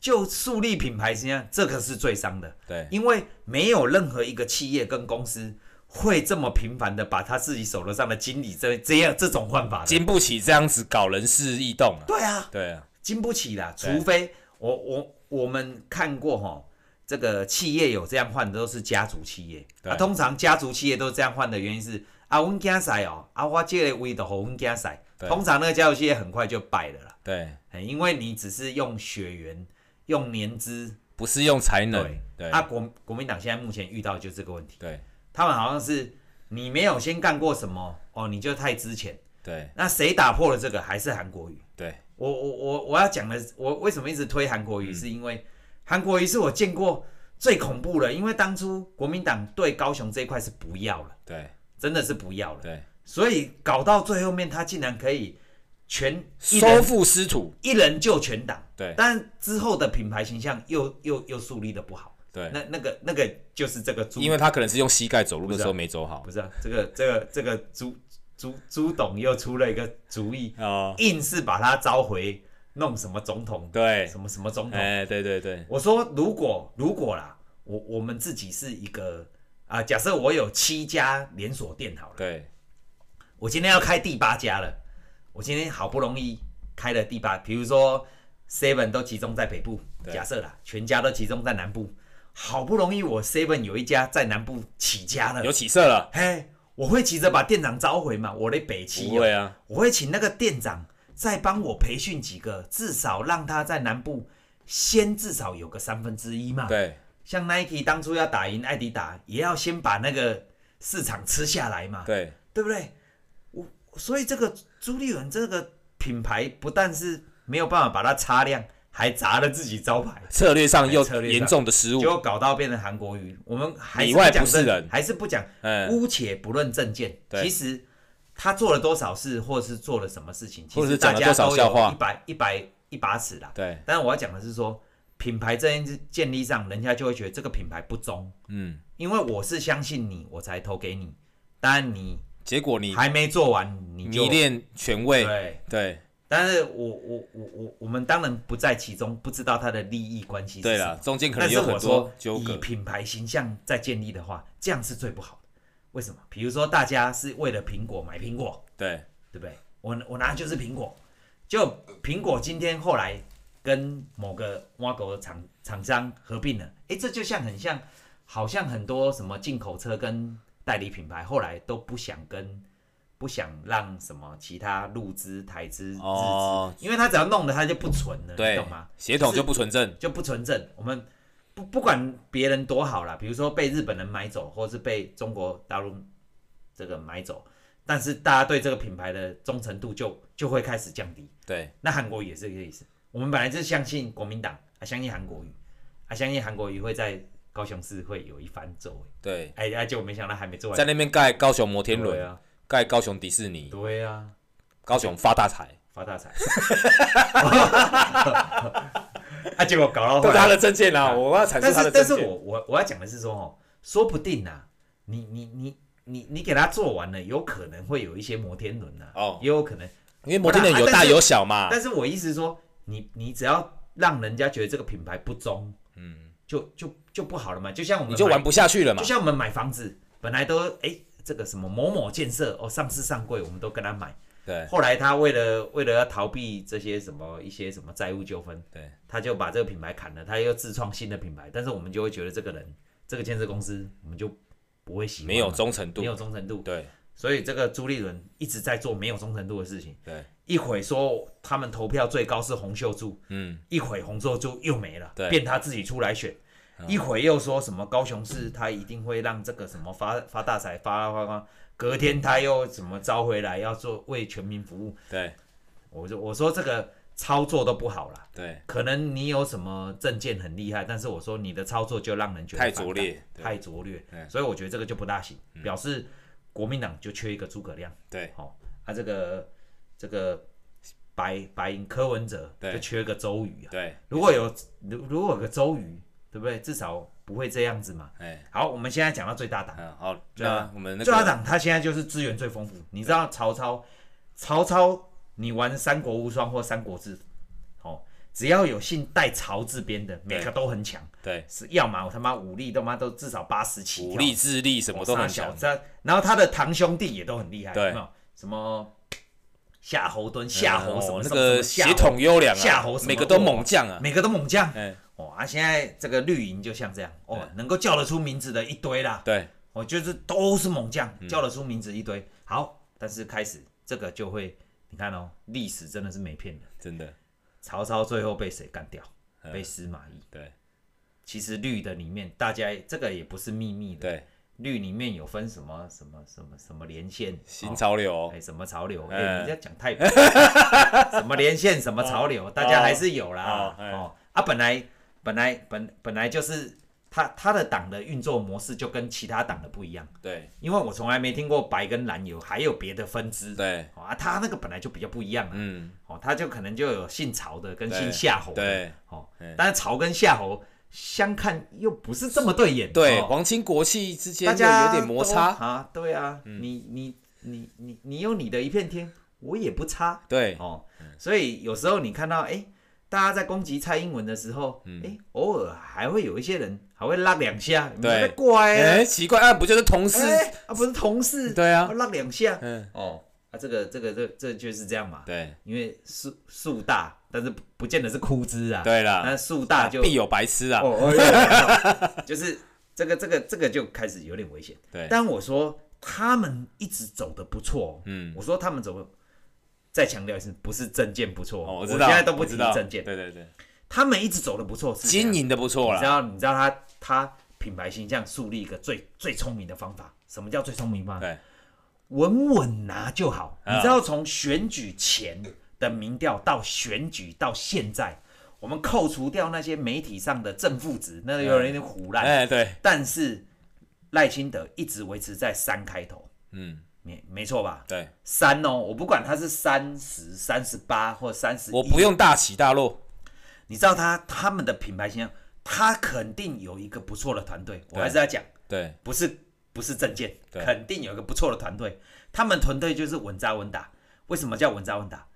S2: 就树立品牌实际上这个是最伤的，
S1: 对
S2: 因为没有任何一个企业跟公司。会这么频繁的把他自己手头上的经理这这样这种换法的，
S1: 经不起这样子搞人事异动啊，
S2: 对啊，
S1: 对啊，
S2: 经不起啦，
S1: 对
S2: 除非我我我们看过哈，这个企业有这样换的都是家族企业，
S1: 对
S2: 啊，通常家族企业都这样换的原因是啊，阮囝婿哦，啊，我这个位的给阮囝婿，
S1: 对
S2: 通常那个家族企业很快就败了啦，
S1: 对，
S2: 嘿因为你只是用血缘、用年资，
S1: 不是用才能
S2: 对，，
S1: 对
S2: 啊，国国民党现在目前遇到的就是这个问题，
S1: 对
S2: 他们好像是你没有先干过什么哦，你就太值钱，
S1: 对
S2: 那谁打破了这个还是韩国瑜。
S1: 对
S2: 我我我我要讲的是，我为什么一直推韩国
S1: 嗯
S2: 瑜，是因为韩国瑜是我见过最恐怖的，因为当初国民党对高雄这一块是不要了，
S1: 对
S2: 真的是不要了，
S1: 对，
S2: 所以搞到最后面，他竟然可以全一
S1: 收
S2: 人
S1: 复失土，
S2: 一人救全党，
S1: 对
S2: 但之后的品牌形象又又又树立的不好，
S1: 对，
S2: 那那个那个就是这个朱，
S1: 因为他可能是用膝盖走路的时
S2: 不是
S1: 候
S2: 啊
S1: 没走好
S2: 不，是啊，这个这个这个朱朱朱董又出了一个主意，
S1: 哦，
S2: 硬是把他召回，弄什么总统，
S1: 对，
S2: 什么啊什么总统。
S1: 哎，对对对，
S2: 我说如果如果啦，我我们自己是一个啊、假设我有七家连锁店好了，
S1: 对，
S2: 我今天要开第八家了，我今天好不容易开了第八，比如说 Seven 都集中在北部，
S1: 对
S2: 假设啦，全家都集中在南部，好不容易我 Seven 有一家在南部起家了
S1: 有，起色了，
S2: 嘿，我会急着把店长召回嘛？我的北七
S1: 不
S2: 哦
S1: 会啊，
S2: 我会请那个店长再帮我培训几个，至少让他在南部先至少有个三分之一嘛。
S1: 对，
S2: 像 Nike 当初要打赢艾迪达，也要先把那个市场吃下来嘛，
S1: 对，
S2: 对不对？我所以这个朱立伦这个品牌不但是没有办法把它擦亮，还砸了自己招牌，
S1: 策略上又
S2: 策略上
S1: 严重的失误
S2: 结，果搞到变成韩国瑜。我们还是
S1: 里外
S2: 讲
S1: 不是
S2: 政
S1: 人
S2: 还是不讲
S1: 嗯，
S2: 姑且不论政见，
S1: 对
S2: 其实他做了多少事，或是做了什么事情，其
S1: 或者
S2: 实
S1: 是
S2: 大
S1: 讲了多
S2: 家都
S1: 少笑
S2: 有
S1: 话
S2: 一百一百一把尺啦。
S1: 对，
S2: 但是我要讲的是说，品牌这件事建立上，人家就会觉得这个品牌不忠，
S1: 嗯，
S2: 因为我是相信你，我才投给你。当然你
S1: 结果你
S2: 还没做完，你就
S1: 迷恋权位，
S2: 对。
S1: 对，
S2: 但是我我我我我们当然不在其中，不知道他的利益关系是
S1: 对
S2: 什
S1: 了，
S2: 么。
S1: 中间可
S2: 但
S1: 能
S2: 是
S1: 有很
S2: 我
S1: 多
S2: 说，
S1: 纠
S2: 以
S1: 葛，
S2: 品牌形象在建立的话，这样是最不好的。为什么？比如说大家是为了苹果买苹果，
S1: 对，
S2: 对不对？我我拿的就是苹果，就苹果今天后来跟某个挖狗厂厂商合并了，诶，这就像很像，好像很多什么进口车跟代理品牌后来都不想跟不想让什么其他陆资、台资、日资，
S1: 哦
S2: 因为他只要弄了他就不纯了，你
S1: 对
S2: 懂吗？，
S1: 血统
S2: 是
S1: 就不纯正，
S2: 就不纯正。我们不不管别人多好啦，比如说被日本人买走，或是被中国大陆这个买走，但是大家对这个品牌的忠诚度就就会开始降低。
S1: 对，
S2: 那韩国瑜也是这个意思。我们本来就相信国民党，啊，相信韩国瑜，啊，相信韩国瑜会在高雄市会有一番作为。
S1: 对，
S2: 哎，哎，就没想到还没做完。
S1: 在那边盖高雄摩天
S2: 对
S1: 轮，
S2: 啊，
S1: 盖高雄迪士尼，
S2: 对啊，
S1: 高雄发大财，
S2: 发大财。 啊，结果搞到后
S1: 这
S2: 来
S1: 是他的哦证件啦，我要阐
S2: 但
S1: 述他的
S2: 是但
S1: 证
S2: 是
S1: 件
S2: 我。我我要讲的是说哦，说不定啊，你你你你你给他做完了，有可能会有一些摩天轮呐、啊，
S1: 哦啊
S2: 也有可能。
S1: 因为摩天轮有大有小嘛，
S2: 但是我意思是说，你你只要让人家觉得这个品牌不忠，嗯，就就就不好了嘛。就像我们
S1: 你就玩
S2: 买，
S1: 不下去了嘛
S2: 就。像我们买房子，本来都哎、这个什么某某建设哦上市上柜，我们都跟他买，
S1: 对
S2: 后来他为了为了要逃避这些什么一些什么债务纠纷，
S1: 对，
S2: 他就把这个品牌砍了，他又自创新的品牌，但是我们就会觉得这个人，这个建设公司，我们就不会喜欢嘛，
S1: 没有忠诚度
S2: 没。有忠诚度，
S1: 对
S2: 所以这个朱立伦一直在做没有忠诚度的事情，
S1: 对，
S2: 一会说他们投票最高是洪秀柱，
S1: 嗯，
S2: 一会洪秀柱又没了，
S1: 对嗯
S2: 变他自己出来选，一会又说什么高雄市他一定会让这个什么发发大财发发发，隔天他又怎么招回来要做为全民服务，
S1: 对
S2: 我就我说这个操作都不好啦。
S1: 对，
S2: 可能你有什么证件很厉害，但是我说你的操作就让人觉得
S1: 太
S2: 反感
S1: 拙劣对
S2: 太拙劣，
S1: 嗯
S2: 所以我觉得这个就不大行，表示国民党就缺一个诸葛亮，
S1: 对
S2: 好、啊这个这个白白银柯文哲
S1: 对
S2: 就缺个周瑜啊，
S1: 对，
S2: 如果有如如果有个周瑜，对不对？至少不会这样子嘛。
S1: 哎，
S2: 好，我们现在讲到最大党，
S1: 嗯，好，
S2: 对啊
S1: 那我们那
S2: 最大
S1: 个
S2: 党他现在就是资源最丰富，你知道曹操，曹操你玩三国无双或三国志，哦，只要有姓带曹字边的，每个都很强，
S1: 对
S2: 是要么我他妈武力他妈都至少八十起跳，
S1: 武力、智力什么都很
S2: 小
S1: 强。
S2: 三，然后他的堂兄弟也都很厉害，
S1: 对
S2: 有没有什么夏侯惇、夏侯什么、
S1: 哦
S2: 什
S1: 那
S2: 么
S1: 个
S2: 什么夏侯
S1: 血统优良啊，
S2: 夏侯什么
S1: 每个都猛将啊。
S2: 每个都猛将，
S1: 哎，
S2: 哦啊，现在这个绿营就像这样，哦，能够叫得出名字的一堆啦，
S1: 对
S2: 我哦就是都是猛将，
S1: 嗯
S2: 叫得出名字一堆。好，但是开始这个就会，你看哦，历史真的是没骗人。
S1: 真的
S2: 曹操最后被谁干掉？
S1: 嗯
S2: 被司马懿。
S1: 对
S2: 其实绿的里面，大家这个也不是秘密的。
S1: 对，
S2: 绿里面有分什么什么什么什么连线，
S1: 新
S2: 哦
S1: 潮流
S2: 哎、什么潮流？哎、
S1: 哎
S2: 你这讲太 什么连线，什么潮流，大家还是有啦
S1: 哦。哎
S2: 哦，啊，本来本来本本来就是他他的党的运作模式就跟其他党的不一样，
S1: 对
S2: 因为我从来没听过白跟蓝有还有别的分支。
S1: 对，
S2: 哦啊，他那个本来就比较不一样啊。
S1: 嗯，
S2: 哦，他就可能就有姓曹的跟
S1: 对
S2: 姓夏侯的。
S1: 对
S2: 哦
S1: 嗯，
S2: 但是曹跟夏侯相看又不是这么对眼。
S1: 对，
S2: 哦
S1: 皇亲国戚之间
S2: 大
S1: 又
S2: 家
S1: 有点摩擦。嗯
S2: 都啊，对啊，你你你你你有你的一片天，我也不差。
S1: 对，
S2: 哦，
S1: 嗯
S2: 所以有时候你看到哎、诶大家在攻击蔡英文的时候，哎、
S1: 嗯
S2: 偶尔还会有一些人还会拉两下，你
S1: 对
S2: 在怪啊，
S1: 哎，奇怪啊，不就是同事？
S2: 哎啊不是同事，
S1: 对啊
S2: 拉两下，
S1: 嗯，
S2: 哦，啊这个这个这这就是这样嘛，
S1: 对，
S2: 因为树树大，但是不不见得是枯枝啊，，
S1: 对啦
S2: 那，树大就
S1: 必有白痴啊，
S2: 哦，哎呀就是这个这个这个就开始有点危险，
S1: 对，
S2: 但我说他们一直走的不错、哦，
S1: 嗯，
S2: 我说他们怎么再强调一次，不是证件不错，
S1: 哦，
S2: 我
S1: 知道，
S2: 现在都不
S1: 我
S2: 提
S1: 知道
S2: 证件，
S1: 对对对，
S2: 他们一直走的不错，是怎样
S1: 经营的不错
S2: 你知
S1: 啦，
S2: 道你知道他他品牌形象树立一个最最聪明的方法，什么叫最聪明方法？
S1: 对，
S2: 稳稳拿就好。
S1: 啊
S2: 你知道从选举前的民调到选举到现在，我们扣除掉那些媒体上的正负值，那有人有点胡乱，
S1: 哎，对，
S2: 但是赖清德一直维持在三开头，
S1: 嗯，
S2: 没没错吧？
S1: 对，
S2: 三哦，我不管他是三十、三十八或三十，
S1: 我不用大起大落，
S2: 你知道他他们的品牌形象，他肯定有一个不错的团队。我还是要讲，
S1: 对，
S2: 不是不是证件，
S1: 对
S2: 肯定有一个不错的团队。他们团队就是稳扎稳打。为什么叫稳扎稳打？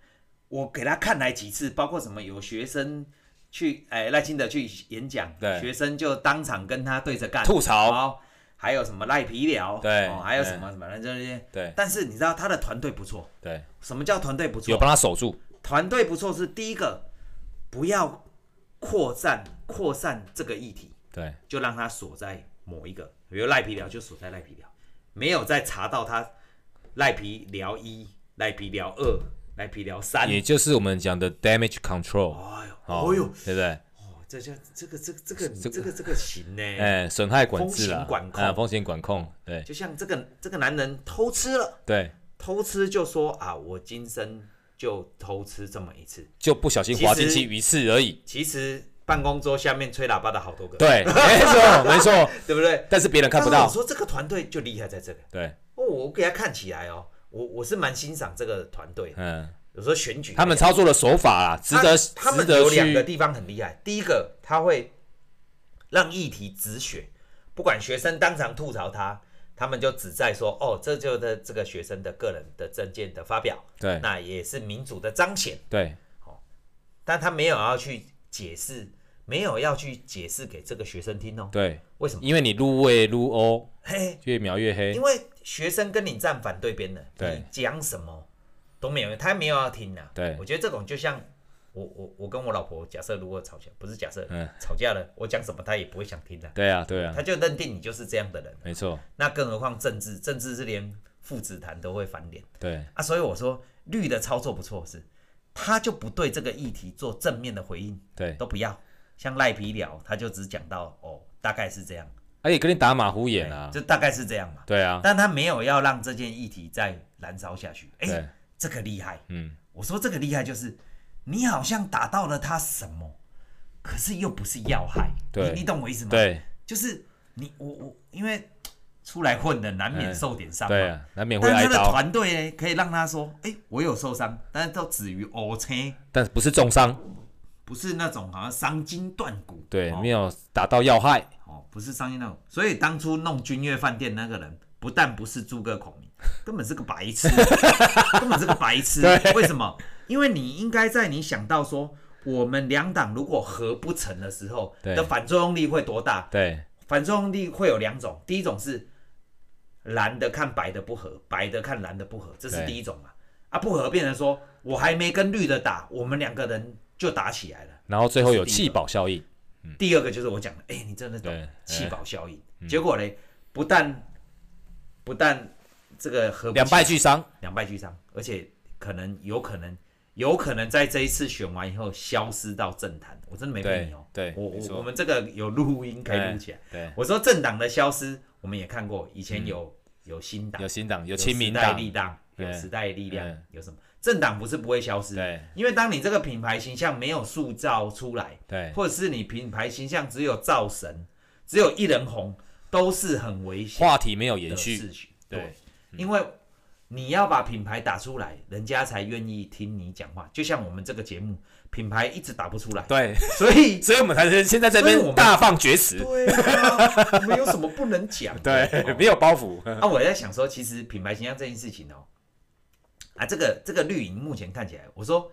S2: 我给他看来几次，包括什么有学生去，哎，赖清德去演讲，
S1: 对
S2: 学生就当场跟他对着干
S1: 吐槽
S2: 哎好还有什么赖皮聊，
S1: 对
S2: 哦，还有
S1: 对
S2: 什么什么的这些。
S1: 对
S2: 但是你知道他的团队不错，
S1: 对，
S2: 什么叫团队不错？
S1: 有帮他守住，
S2: 团队不错是第一个，不要扩散扩散这个议题，
S1: 对，
S2: 就让它锁在某一个，比如赖皮聊就锁在赖皮聊，没有再查到他赖皮聊一、赖皮聊二、赖皮聊三。
S1: 也就是我们讲的 damage control，
S2: 哎呦，
S1: 哦
S2: 啊哦呦，，
S1: 对不对？
S2: 哦这叫这个这个这个你
S1: 这个
S2: 这个这个行呢、
S1: 哎，损害管制啦
S2: 风险管，控
S1: 啊，风险管控，对
S2: 就像这个这个男人偷吃了，
S1: 对，
S2: 偷吃就说啊，我今生就偷吃这么一次。
S1: 就不小心
S2: 其
S1: 滑进
S2: 实
S1: 去鱼刺而 已，
S2: 其实办公桌下面吹喇叭的好多个，
S1: 对，没错没错，
S2: 对不对？
S1: 但是别人看不
S2: 但是
S1: 到
S2: 我，说这个团队就厉害在这个，
S1: 对，
S2: 哦，我给他看起来哦，我我是蛮欣赏这个团队的。
S1: 嗯，
S2: 有时候选举
S1: 他们操作的手法啊啦，值得
S2: 他
S1: 值
S2: 们有
S1: 得
S2: 两个
S1: 去，
S2: 地方很厉害，第一个他会让议题止血，不管学生当场吐槽他，他们就只在说哦，这就是这个学生的个人的证件的发表，
S1: 对
S2: 那也是民主的彰显，
S1: 对
S2: 但他没有要去解释，没有要去解释给这个学生听哦，
S1: 对，
S2: 为什么？
S1: 因为你入位入欧，
S2: 嘿，
S1: 越描越黑
S2: 因，为学生跟你站反对边的，
S1: 对
S2: 你讲什么都没有用，他没有要听的、
S1: 对
S2: 我觉得这种就像我我我跟我老婆，假设如果吵架，不是假设、
S1: 嗯
S2: 吵架了，我讲什么她也不会想听的、
S1: 对啊对啊
S2: 她，就认定你就是这样的人。
S1: 没错，
S2: 那更何况政治，政治是连父子谈都会翻脸
S1: 对
S2: 啊。所以我说绿的操作不错是，他就不对这个议题做正面的回应，
S1: 对，
S2: 都不要。像赖皮聊，他就只讲到哦，大概是这样，
S1: 而哎且跟你打马虎眼啊，
S2: 就大概是这样嘛。
S1: 对啊，
S2: 但他没有要让这件议题再燃烧下去。哎、
S1: 对
S2: 这个厉害！
S1: 嗯，
S2: 我说这个厉害就是，你好像打到了他什么，可是又不是要害。
S1: 对
S2: 你你懂我意思吗？，
S1: 对
S2: 就是你我我，因为出来混的难免
S1: 嗯
S2: 受点伤嘛。
S1: 对啊，难免会
S2: 但
S1: 挨
S2: 是他的
S1: 刀，
S2: 团队呢，可以让他说：“哎、我有受伤，但是都止于 O k
S1: 但不是重伤，
S2: 不是那种好像伤筋断骨。”
S1: 对，
S2: 哦
S1: 没有达到要害，
S2: 哦，不是商业那种。所以当初弄君悦饭店那个人，不但不是诸葛孔明，根本是个白痴， 根本是个白痴。为什么？因为你应该在你想到说我们两党如果合不成的时候
S1: 对
S2: 的反作用力会多大？
S1: 对
S2: 反作用力会有两种，第一种是蓝的看白的不合，白的看蓝的不合，这是
S1: 对
S2: 第一种嘛。啊，不合变成说我还没跟绿的打，我们两个人就打起来了。
S1: 然后最后有气保效应，
S2: 第二个就是我讲的，哎、你真的懂
S1: 对哎
S2: 气保效应。
S1: 嗯
S2: 结果嘞，不但不但这个和
S1: 两败俱伤，
S2: 两败俱伤，而且可能有可能有可能在这一次选完以后消失到政坛。我真的没骗你哦、
S1: 对对
S2: 我
S1: 没错哎
S2: 我我们这个有录音可以录起来。
S1: 对，
S2: 我说政党的消失，我们也看过，以前有、有新
S1: 嗯
S2: 党
S1: 有，新党，有
S2: 有
S1: 亲民
S2: 时代
S1: 党，
S2: 力量，有
S1: 对
S2: 时代力量
S1: 嗯，
S2: 有什么政党不是不会消失，
S1: 对
S2: 因为当你这个品牌形象没有塑造出来，
S1: 对
S2: 或者是你品牌形象只有造神，只有一人红，都是很危险
S1: 话题没有
S2: 的
S1: 延续，
S2: 事情。
S1: 对，
S2: 因为你要把品牌打出来，人家才愿意听你讲话。就像我们这个节目，品牌一直打不出来，
S1: 对，
S2: 所以
S1: 所以我们才是现在这
S2: 所以我
S1: 边
S2: 们
S1: 大放厥词，
S2: 对啊，没有什么不能讲的。
S1: 对，
S2: 哦
S1: 没有包袱，
S2: 啊，我在想说，其实品牌形象这件事情哦，啊，这个这个绿营目前看起来，我说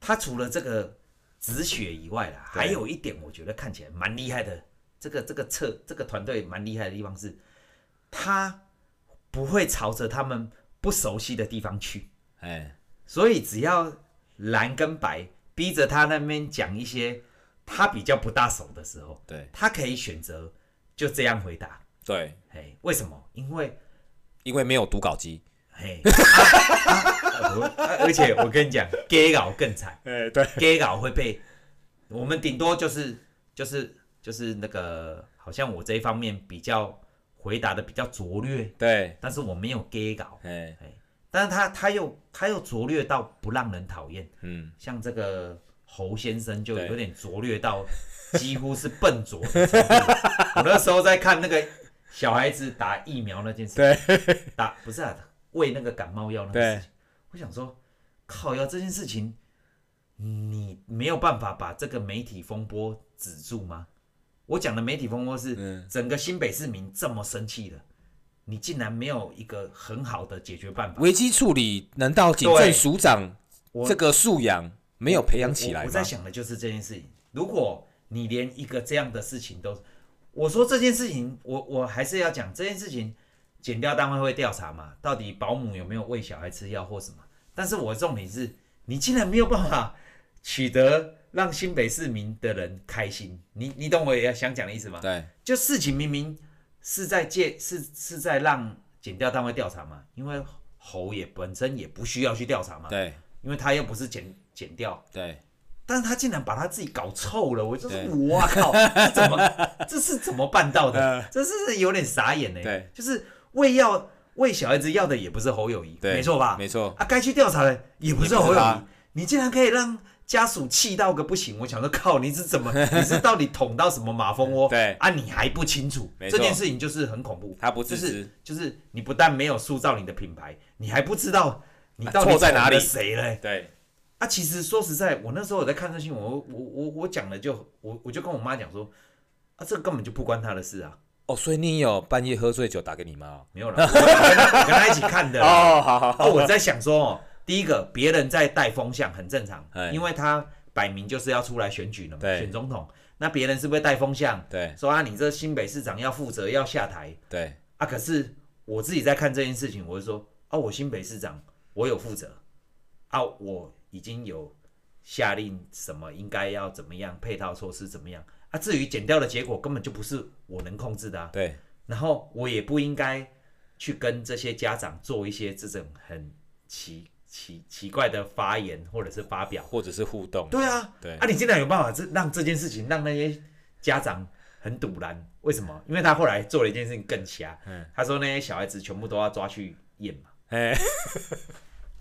S2: 他除了这个止血以外啦，
S1: 对
S2: 还有一点我觉得看起来蛮厉害的，这个这个策这个团队蛮厉害的地方是，他不会朝着他们不熟悉的地方去，
S1: 哎，
S2: 所以只要蓝跟白逼着他那边讲一些他比较不大熟的时候，
S1: 对
S2: 他可以选择就这样回答。
S1: 对，
S2: 哎，为什么？因为
S1: 因为没有读稿机，
S2: 嘿，啊啊而且我跟你讲，gay 佬更惨
S1: 哎，对，
S2: ，gay 佬会被我们顶多就是就是就是那个，好像我这一方面比较回答的比较拙劣，
S1: 对，
S2: 但是我没有 gay 佬，
S1: 哎，
S2: 但是他他又他又拙劣到不让人讨厌，
S1: 嗯，
S2: 像这个侯先生就
S1: 对
S2: 有点拙劣到几乎是笨拙的程 度。我那时候在看那个小孩子打疫苗那件事，
S1: 对，
S2: 打不是啊，喂那个感冒药那个
S1: 对
S2: 事情，我想说，靠药这件事情，你没有办法把这个媒体风波止住吗？我讲的媒体风波是、
S1: 嗯
S2: 整个新北市民这么生气了，你竟然没有一个很好的解决办法。
S1: 危机处理难道警
S2: 对
S1: 政署长
S2: 我
S1: 这个素养没有培养起来
S2: 我我
S1: 吗
S2: 在？想的就是这件事情。如果你连一个这样的事情都，我说这件事情，我我还是要讲这件事情，检调单位会调查嘛，到底保姆有没有喂小孩吃药或什么？但是我重点是，你竟然没有办法取得让新北市民的人开心，你你懂我也想讲的意思吗？
S1: 对，
S2: 就事情明明是在借是是在让检调单位调查嘛，因为侯也本身也不需要去调查嘛，
S1: 对，
S2: 因为他又不是检检调，
S1: 对，
S2: 但是他竟然把他自己搞臭了，我就是
S1: 对嗯
S2: 我靠，这 怎么这是怎么办到的？这是有点傻眼呢、欸
S1: 对，
S2: 就是喂药喂小孩子要的也不是侯友谊，
S1: 对，
S2: 没错吧？
S1: 没错，
S2: 啊，该去调查的也不是侯
S1: 也不是
S2: 友谊
S1: 他，
S2: 你竟然可以让家属气到个不行，我想说靠，你是 怎么，你是到底捅到什么马蜂窝？
S1: 对
S2: 啊，你还不清楚，
S1: 没
S2: 这
S1: 错
S2: 件事情就是很恐怖。
S1: 他不
S2: 就
S1: 自
S2: 是
S1: 知，
S2: 就是你不但没有塑造你的品牌，你还不知道你到底
S1: 错在
S2: 捅
S1: 哪
S2: 了
S1: 里
S2: 谁嘞、
S1: 对，
S2: 啊，其实说实在，我那时候我在看这新闻，我我我我讲了就我我就跟我妈讲说，啊，这个根本就不关他的事啊，
S1: 哦，所以你有半夜喝醉酒打给你妈哦？
S2: 没有啦，我跟她我跟他一起看的啦。
S1: 哦，好好
S2: 啊，我在想说哦，第一个别人在带风向很正常
S1: 哎，
S2: 因为他摆明就是要出来选举了嘛，
S1: 对
S2: 选总统，那别人是不是带风向，
S1: 对
S2: 说啊你这新北市长要负责要下台
S1: 对
S2: 啊？可是我自己在看这件事情，我就说啊，我新北市长我有负责啊，我已经有下令什么应该要怎么样，配套措施怎么样啊？至于减掉的结果，根本就不是我能控制的啊。
S1: 对
S2: 然后我也不应该去跟这些家长做一些这种很奇奇奇怪的发言或者是发表。
S1: 或者是互动，
S2: 对啊，
S1: 对
S2: 啊，你竟然有办法这让这件事情让那些家长很堵然？为什么？因为他后来做了一件事情更瞎，
S1: 嗯
S2: 他说那些小孩子全部都要抓去验嘛，
S1: 哎，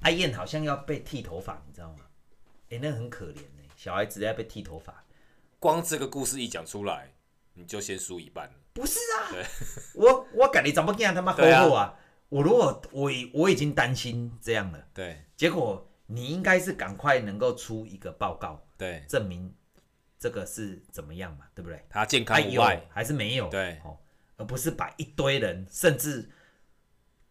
S2: 啊验好像要被剃头发，你知道吗？哎、那很可怜呢、小孩子要被剃头发。
S1: 光这个故事一讲出来，你就先输一半了。
S2: 不是啊，我我感觉怎么讲他妈好好啊！我如果我已我已经担心这样了，
S1: 对
S2: 结果你应该是赶快能够出一个报告，
S1: 对，
S2: 证明这个是怎么样嘛，对不对？
S1: 他健康
S2: 还
S1: 无
S2: 有
S1: 碍，
S2: 哎还是没有？
S1: 对
S2: 哦，而不是把一堆人，甚至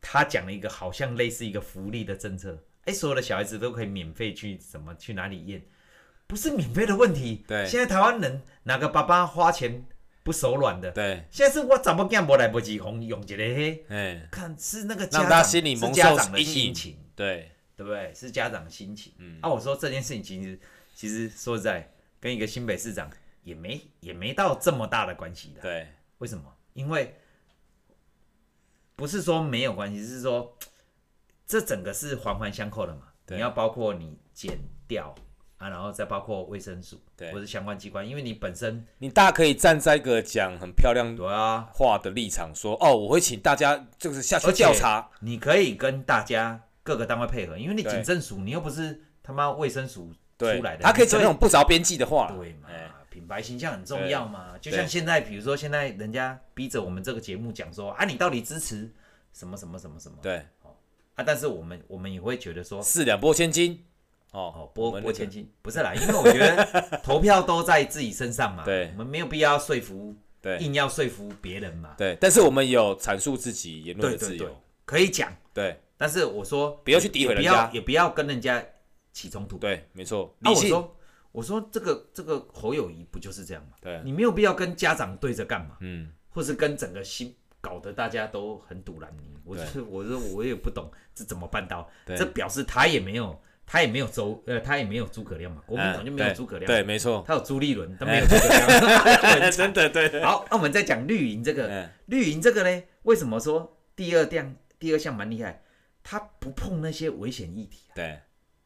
S2: 他讲了一个好像类似一个福利的政策，哎，所有的小孩子都可以免费去什么去哪里验，不是免费的问题。
S1: 对
S2: 现在台湾人哪个爸爸花钱不手软的？
S1: 对，
S2: 现在是我怎么干无来不及红用一个黑，
S1: 哎，
S2: 看是那个家
S1: 让
S2: 长
S1: 他心里
S2: 是
S1: 蒙
S2: 家
S1: 受
S2: 长的
S1: 阴
S2: 心
S1: 影
S2: 情，
S1: 对
S2: 对不对？是家长的心情。嗯，啊，我说这件事情其实其实说实在，跟一个新北市长也没也没到这么大的关系的。
S1: 对
S2: 为什么？因为不是说没有关系，是说这整个是环环相扣的嘛。
S1: 对
S2: 你要包括你减掉啊，然后再包括卫生署
S1: 对
S2: 或者相关机关，因为你本身
S1: 你大可以站在一个讲很漂亮
S2: 对啊，
S1: 话的立场说，哦，我会请大家就是下去
S2: 而且
S1: 调查，
S2: 你可以跟大家各个单位配合，因为你
S1: 对
S2: 警政署，你又不是他妈卫生署出
S1: 对
S2: 来，的，
S1: 他可以
S2: 你
S1: 讲那种不着边际的话啦，
S2: 对嘛
S1: 哎，
S2: 品牌形象很重要嘛。就像
S1: 对
S2: 现在，比如说现在人家逼着我们这个节目讲说啊，你到底支持什么什么什么什么？
S1: 对
S2: 啊，但是我们我们也会觉得说，
S1: 四两拨千斤哦，
S2: 哦，拨
S1: 我们那
S2: 拨
S1: 个
S2: 千金不是啦，因为我觉得投票都在自己身上 嘛，
S1: 对
S2: 我们没有必要说服，
S1: 对
S2: 硬要说服别人嘛，
S1: 对，但是我们有阐述自己言论
S2: 对
S1: 的
S2: 对
S1: 自
S2: 对
S1: 由，，
S2: 可以讲，
S1: 对
S2: 但是我说
S1: 不要去诋毁
S2: 也不
S1: 人
S2: 要
S1: 家，
S2: 也不要跟人家起冲突，
S1: 对，没错，
S2: 那
S1: 理
S2: 我
S1: 性，
S2: 说我说这个这个侯友谊不就是这样吗？
S1: 对，
S2: 你没有必要跟家长对着干嘛，
S1: 嗯，
S2: 或是跟整个新搞得大家都很堵然你，我
S1: 对
S2: 是我是我也不懂这怎么办到，
S1: 对
S2: 这表示他也没有他也没有周呃他也没有诸葛亮嘛，国民党就没有
S1: 嗯
S2: 诸葛亮，
S1: 对，对，没错，
S2: 他有朱立伦，他没有诸葛 亮。哎
S1: 真的对，对
S2: 好，那我们再讲绿营这个，
S1: 嗯
S2: 绿营这个呢，为什么说第二项第二项蛮厉害？他不碰那些危险议题啊，
S1: 对，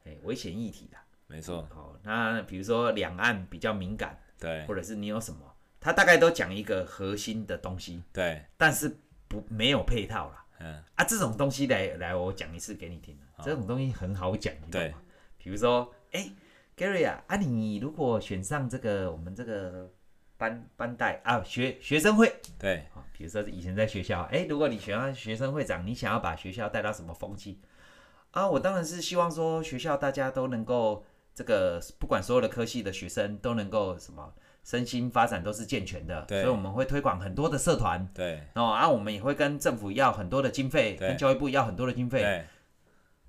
S2: 哎、危险议题啦。
S1: 没错，
S2: 哦，那比如说两岸比较敏感，
S1: 对
S2: 或者是你有什么，他大概都讲一个核心的东西，
S1: 对，
S2: 但是不没有配套啦。
S1: 嗯，
S2: 啊，这种东西来来，我讲一次给你听啊。这种东西很好讲，你懂吗？比如说，哎、g a r y 啊，啊，你如果选上这个我们这个班班代啊，学学生会
S1: 对
S2: 啊，比如说以前在学校，哎、如果你选上学生会长，你想要把学校带到什么风气？啊，我当然是希望说学校大家都能够这个，不管所有的科系的学生都能够什么身心发展都是健全的，所
S1: 对
S2: 以我们会推广很多的社团，
S1: 对
S2: 哦，啊，我们也会跟政府要很多的经费，
S1: 对
S2: 跟教育部要很多的经费。
S1: 对，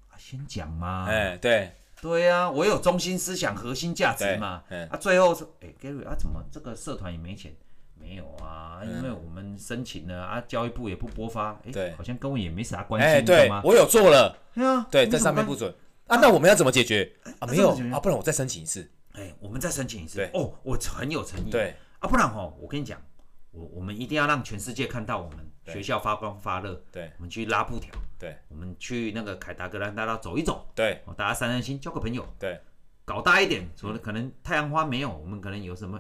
S2: 啊先讲嘛，
S1: 哎对
S2: 对啊，我有中心思想、核心价值
S1: 对
S2: 嘛。
S1: 嗯
S2: 啊，最后是，哎、g a r y 啊，怎么这个社团也没钱？没有啊，因为我们申请了啊，教育部也不拨发，哎、
S1: 嗯对
S2: 好像跟我也没啥关系，
S1: 哎
S2: 你懂
S1: 对
S2: 吗，？
S1: 我有做了，
S2: 对啊，
S1: 对，
S2: 你
S1: 在
S2: 怎
S1: 上
S2: 么
S1: 面不
S2: 办，
S1: 准啊，那我们要怎么解决啊？
S2: 那
S1: 没
S2: 怎么
S1: 有
S2: 解决
S1: 啊，不然我再申请一次，
S2: 哎、我们再申请一次
S1: 对。
S2: 哦，我很有诚意。
S1: 对
S2: 啊，不然哦，我跟你讲，我我们一定要让全世界看到我们学校发光发热。
S1: 对
S2: 我们去拉布条，
S1: 对
S2: 我们去那个凯达格兰大道走一走，
S1: 对
S2: 哦，大家散散心，交个朋友，
S1: 对
S2: 搞大一点。
S1: 嗯
S2: 除了可能太阳花没有，我们可能有什么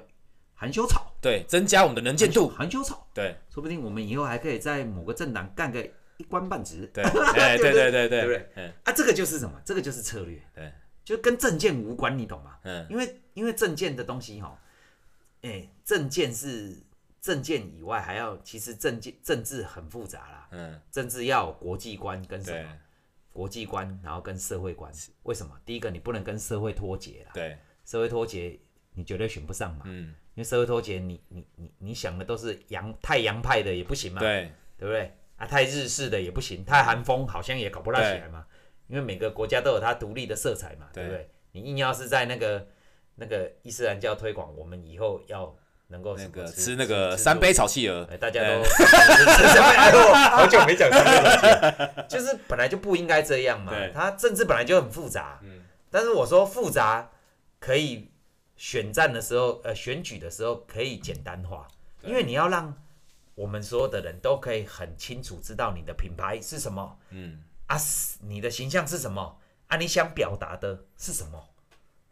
S2: 含羞草，
S1: 对，增加我们的能见 度，
S2: 含羞草，
S1: 对
S2: 说不定我们以后还可以在某个政党干个一官半职。
S1: 对，哎对对对对
S2: 对不
S1: 嗯
S2: 啊，这个就是什么？这个就是策略，
S1: 对，
S2: 就跟政见无关，你懂吗？
S1: 嗯
S2: 因为因为政见的东西哈、哎、政见是政见以外，还要其实政见政治很复杂啦，
S1: 嗯
S2: 政治要有国际观跟什
S1: 对
S2: 么？国际观，然后跟社会观。为什么？第一个，你不能跟社会脱节啦，
S1: 对
S2: 社会脱节你绝对选不上嘛，
S1: 嗯
S2: 因为社会脱节你，你你你想的都是洋太洋派的也不行嘛，
S1: 对
S2: 对不对？啊，太日式的也不行，太韩风好像也搞不大起来嘛，因为每个国家都有它独立的色彩嘛，对
S1: 对
S2: 不对？你硬要是在那个那个伊斯兰教推广，我们以后要能够
S1: 那
S2: 什么
S1: 个
S2: 吃
S1: 吃那个三杯，炒企鹅
S2: 哎，大家都
S1: 哎
S2: 哎 呦，好久没讲三杯 了，就是本来就不应该这样嘛
S1: 对。
S2: 它政治本来就很复杂，
S1: 嗯
S2: 但是我说复杂可以选战的时候，呃，选举的时候可以简单化，
S1: 对
S2: 因为你要让我们所有的人都可以很清楚知道你的品牌是什么
S1: 嗯
S2: 啊，是你的形象是什么啊，你想表达的是什么。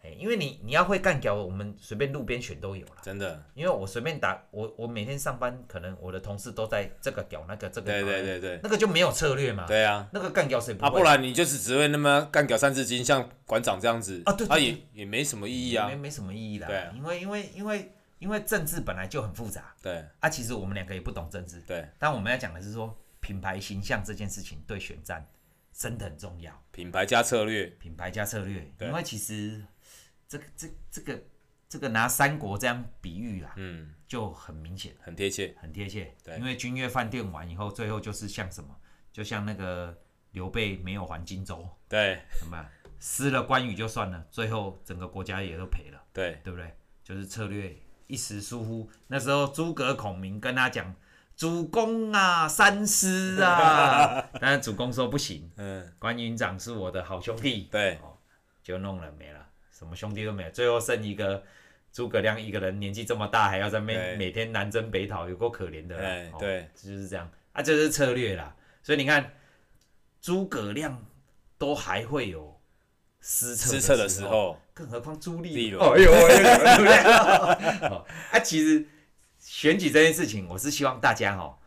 S2: 哎，因为你你要会干掉，我们随便路边选都有啦。
S1: 真的
S2: 因为我随便打，我我每天上班，可能我的同事都在这个屌那个这个，
S1: 对对，对对
S2: 那个就没有策略嘛，
S1: 对啊。
S2: 那个干掉谁不
S1: 啊，不
S2: 会？
S1: 然你就是只会那么干掉三字经，像馆长这样子
S2: 啊对对
S1: 他
S2: 对
S1: 也也没什么意义啊
S2: 没。没什么意义啦。
S1: 对啊
S2: 因为因为因为因为政治本来就很复杂
S1: 对
S2: 啊，其实我们两个也不懂政治，
S1: 对，
S2: 但我们要讲的是说品牌形象这件事情对选战真的很重要，
S1: 品牌加策略，
S2: 品牌加策略，
S1: 对
S2: 因为其实这个这这个这个拿三国这样比喻啊，
S1: 嗯，
S2: 就很明显。
S1: 很贴切。
S2: 很贴切。
S1: 对
S2: 因为君悦饭店完以后，最后就是像什么，就像那个刘备没有还荆州，
S1: 对
S2: 什么失了关羽就算了，最后整个国家也都赔了，
S1: 对
S2: 对不对？就是策略一时疏忽。那时候诸葛孔明跟他讲。主公啊，三思啊！但是主公说不行，
S1: 嗯，
S2: 关云长是我的好兄弟，
S1: 对
S2: 哦就弄了没了，什么兄弟都没有，最后剩一个诸葛亮一个人，年纪这么大还要在每
S1: 对
S2: 每天南征北讨，有够可怜的啦。
S1: 哎
S2: 哦
S1: 对
S2: 这就是这样啊，这是策略啦。所以你看，诸葛亮都还会有失策
S1: 失策的
S2: 时
S1: 时
S2: 候，
S1: 候，
S2: 更何况朱
S1: 例
S2: 棣？
S1: 如
S2: 哦，哎呦，哎呦对不对？哦啊，其实选举这件事情，我是希望大家哦，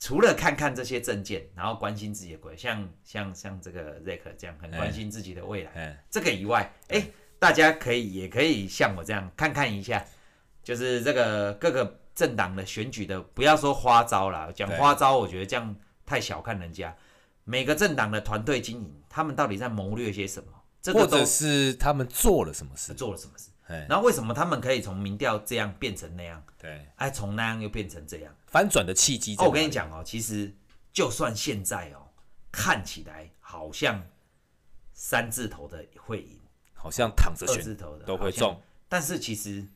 S2: 除了看看这些证件，然后关心自己的国家，像像像这个 Zack 这样很关心自己的未来。
S1: 哎，
S2: 这个以外，哎、大家可以也可以像我这样看看一下，就是这个各个政党的选举的，不要说花招啦，讲
S1: 对
S2: 花招，我觉得这样太小看人家。每个政党的团队经营，他们到底在谋略些什么？这
S1: 或
S2: 个都
S1: 者是他们做了什么事？
S2: 做了什么事？
S1: 哎，
S2: 然后为什么他们可以从民调这样变成那样，
S1: 对，
S2: 哎，从那样又变成这样？
S1: 翻转的契机在
S2: 哦，
S1: 哪里。
S2: 我跟你讲哦，其实就算现在哦，看起来好像三字头的会赢，
S1: 好像躺着
S2: 二
S1: 选
S2: 字头的
S1: 都会
S2: 好像
S1: 中，
S2: 但是其实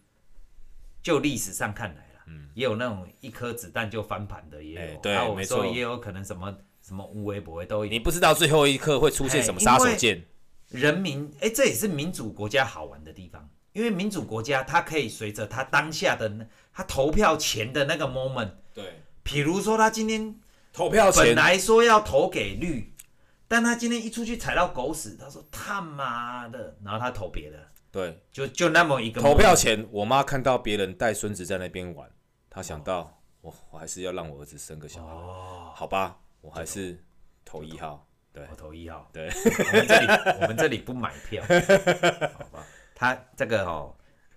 S2: 就历史上看来啦，也有那种一颗子弹就翻盘的，也
S1: 嗯哎
S2: 有。
S1: 对
S2: 啊我
S1: 没
S2: 说
S1: 错
S2: 也有可能什么什么无为不为都
S1: 你
S2: 有。
S1: 不知道最后一刻会出
S2: 哎
S1: 现什么杀手锏。
S2: 人民哎、这也是民主国家好玩的地方，因为民主国家它可以随着他当下的那他投票前的那个 moment，
S1: 对，
S2: 比如说他今天
S1: 投票
S2: 本
S1: 前
S2: 来说要投给绿，但他今天一出去踩到狗屎，他说他妈的，然后他投别的，
S1: 对
S2: 就就那么一个
S1: 投
S2: moment
S1: 票前，我妈看到别人带孙子在那边玩，她想到我我还是要让我儿子生个小孩，
S2: 哦
S1: 好吧，我还是投一号。对
S2: 我投一号。
S1: 对，
S2: 我们这里我们这里不买票，好吧？他这个哦，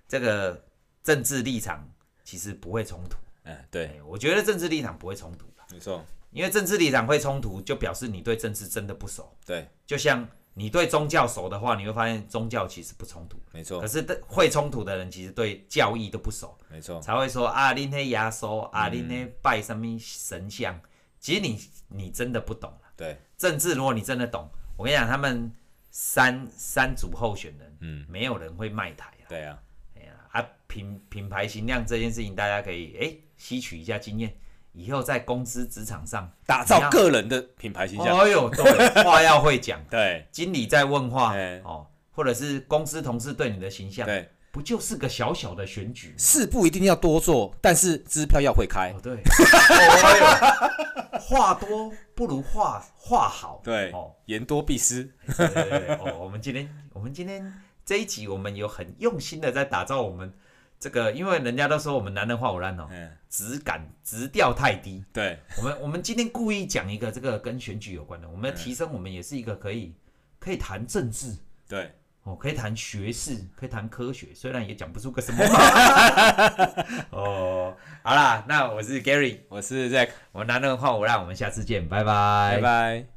S2: 这个政治立场其实不会冲突。
S1: 嗯对，
S2: 哎我觉得政治立场不会冲突啦
S1: 没错，
S2: 因为政治立场会冲突，就表示你对政治真的不熟。
S1: 对
S2: 就像你对宗教熟的话，你会发现宗教其实不冲突。
S1: 没
S2: 可
S1: 错
S2: 是对会冲突的人，其实对教义都不熟，
S1: 没错，
S2: 才会说啊，恁那耶稣啊，恁那拜什么神像，其实你你真的不懂啊啦
S1: 对
S2: 政治，如果你真的懂，我跟你讲，他们三三组候选人，
S1: 嗯
S2: 没有人会卖台啊。
S1: 对啊，
S2: 哎呀，啊品品牌形象这件事情，大家可以哎、吸取一下经验，以后在公司职场上，
S1: 打造个人的品牌形象。
S2: 哦呦，对，话要 会讲，
S1: 对
S2: 经理在问话
S1: 哎
S2: 哦，或者是公司同事对你的形象，
S1: 对，
S2: 不就是个小小的选举吗？
S1: 事不一定要多做，但是支票要会开
S2: 哦，。对，哦哎呦话多不如话话好，
S1: 对
S2: 哦，，
S1: 言多必失。
S2: 对对对对，哦，我们今天我们今天这一集，我们有很用心的在打造我们这个，因为人家都说我们男人话我烂哦，
S1: 嗯，
S2: 质感质调太低。
S1: 对
S2: 我们 我们今天故意讲一个这个跟选举有关的，我们要提升我们也是一个可以可以谈政治
S1: 对，
S2: 哦，可以谈学士，可以谈科学，虽然也讲不出个什么。 哦，好啦，那我是 Gary，
S1: 我是 Zack，
S2: 我们男人话我烂，我们下次见，拜
S1: 拜拜。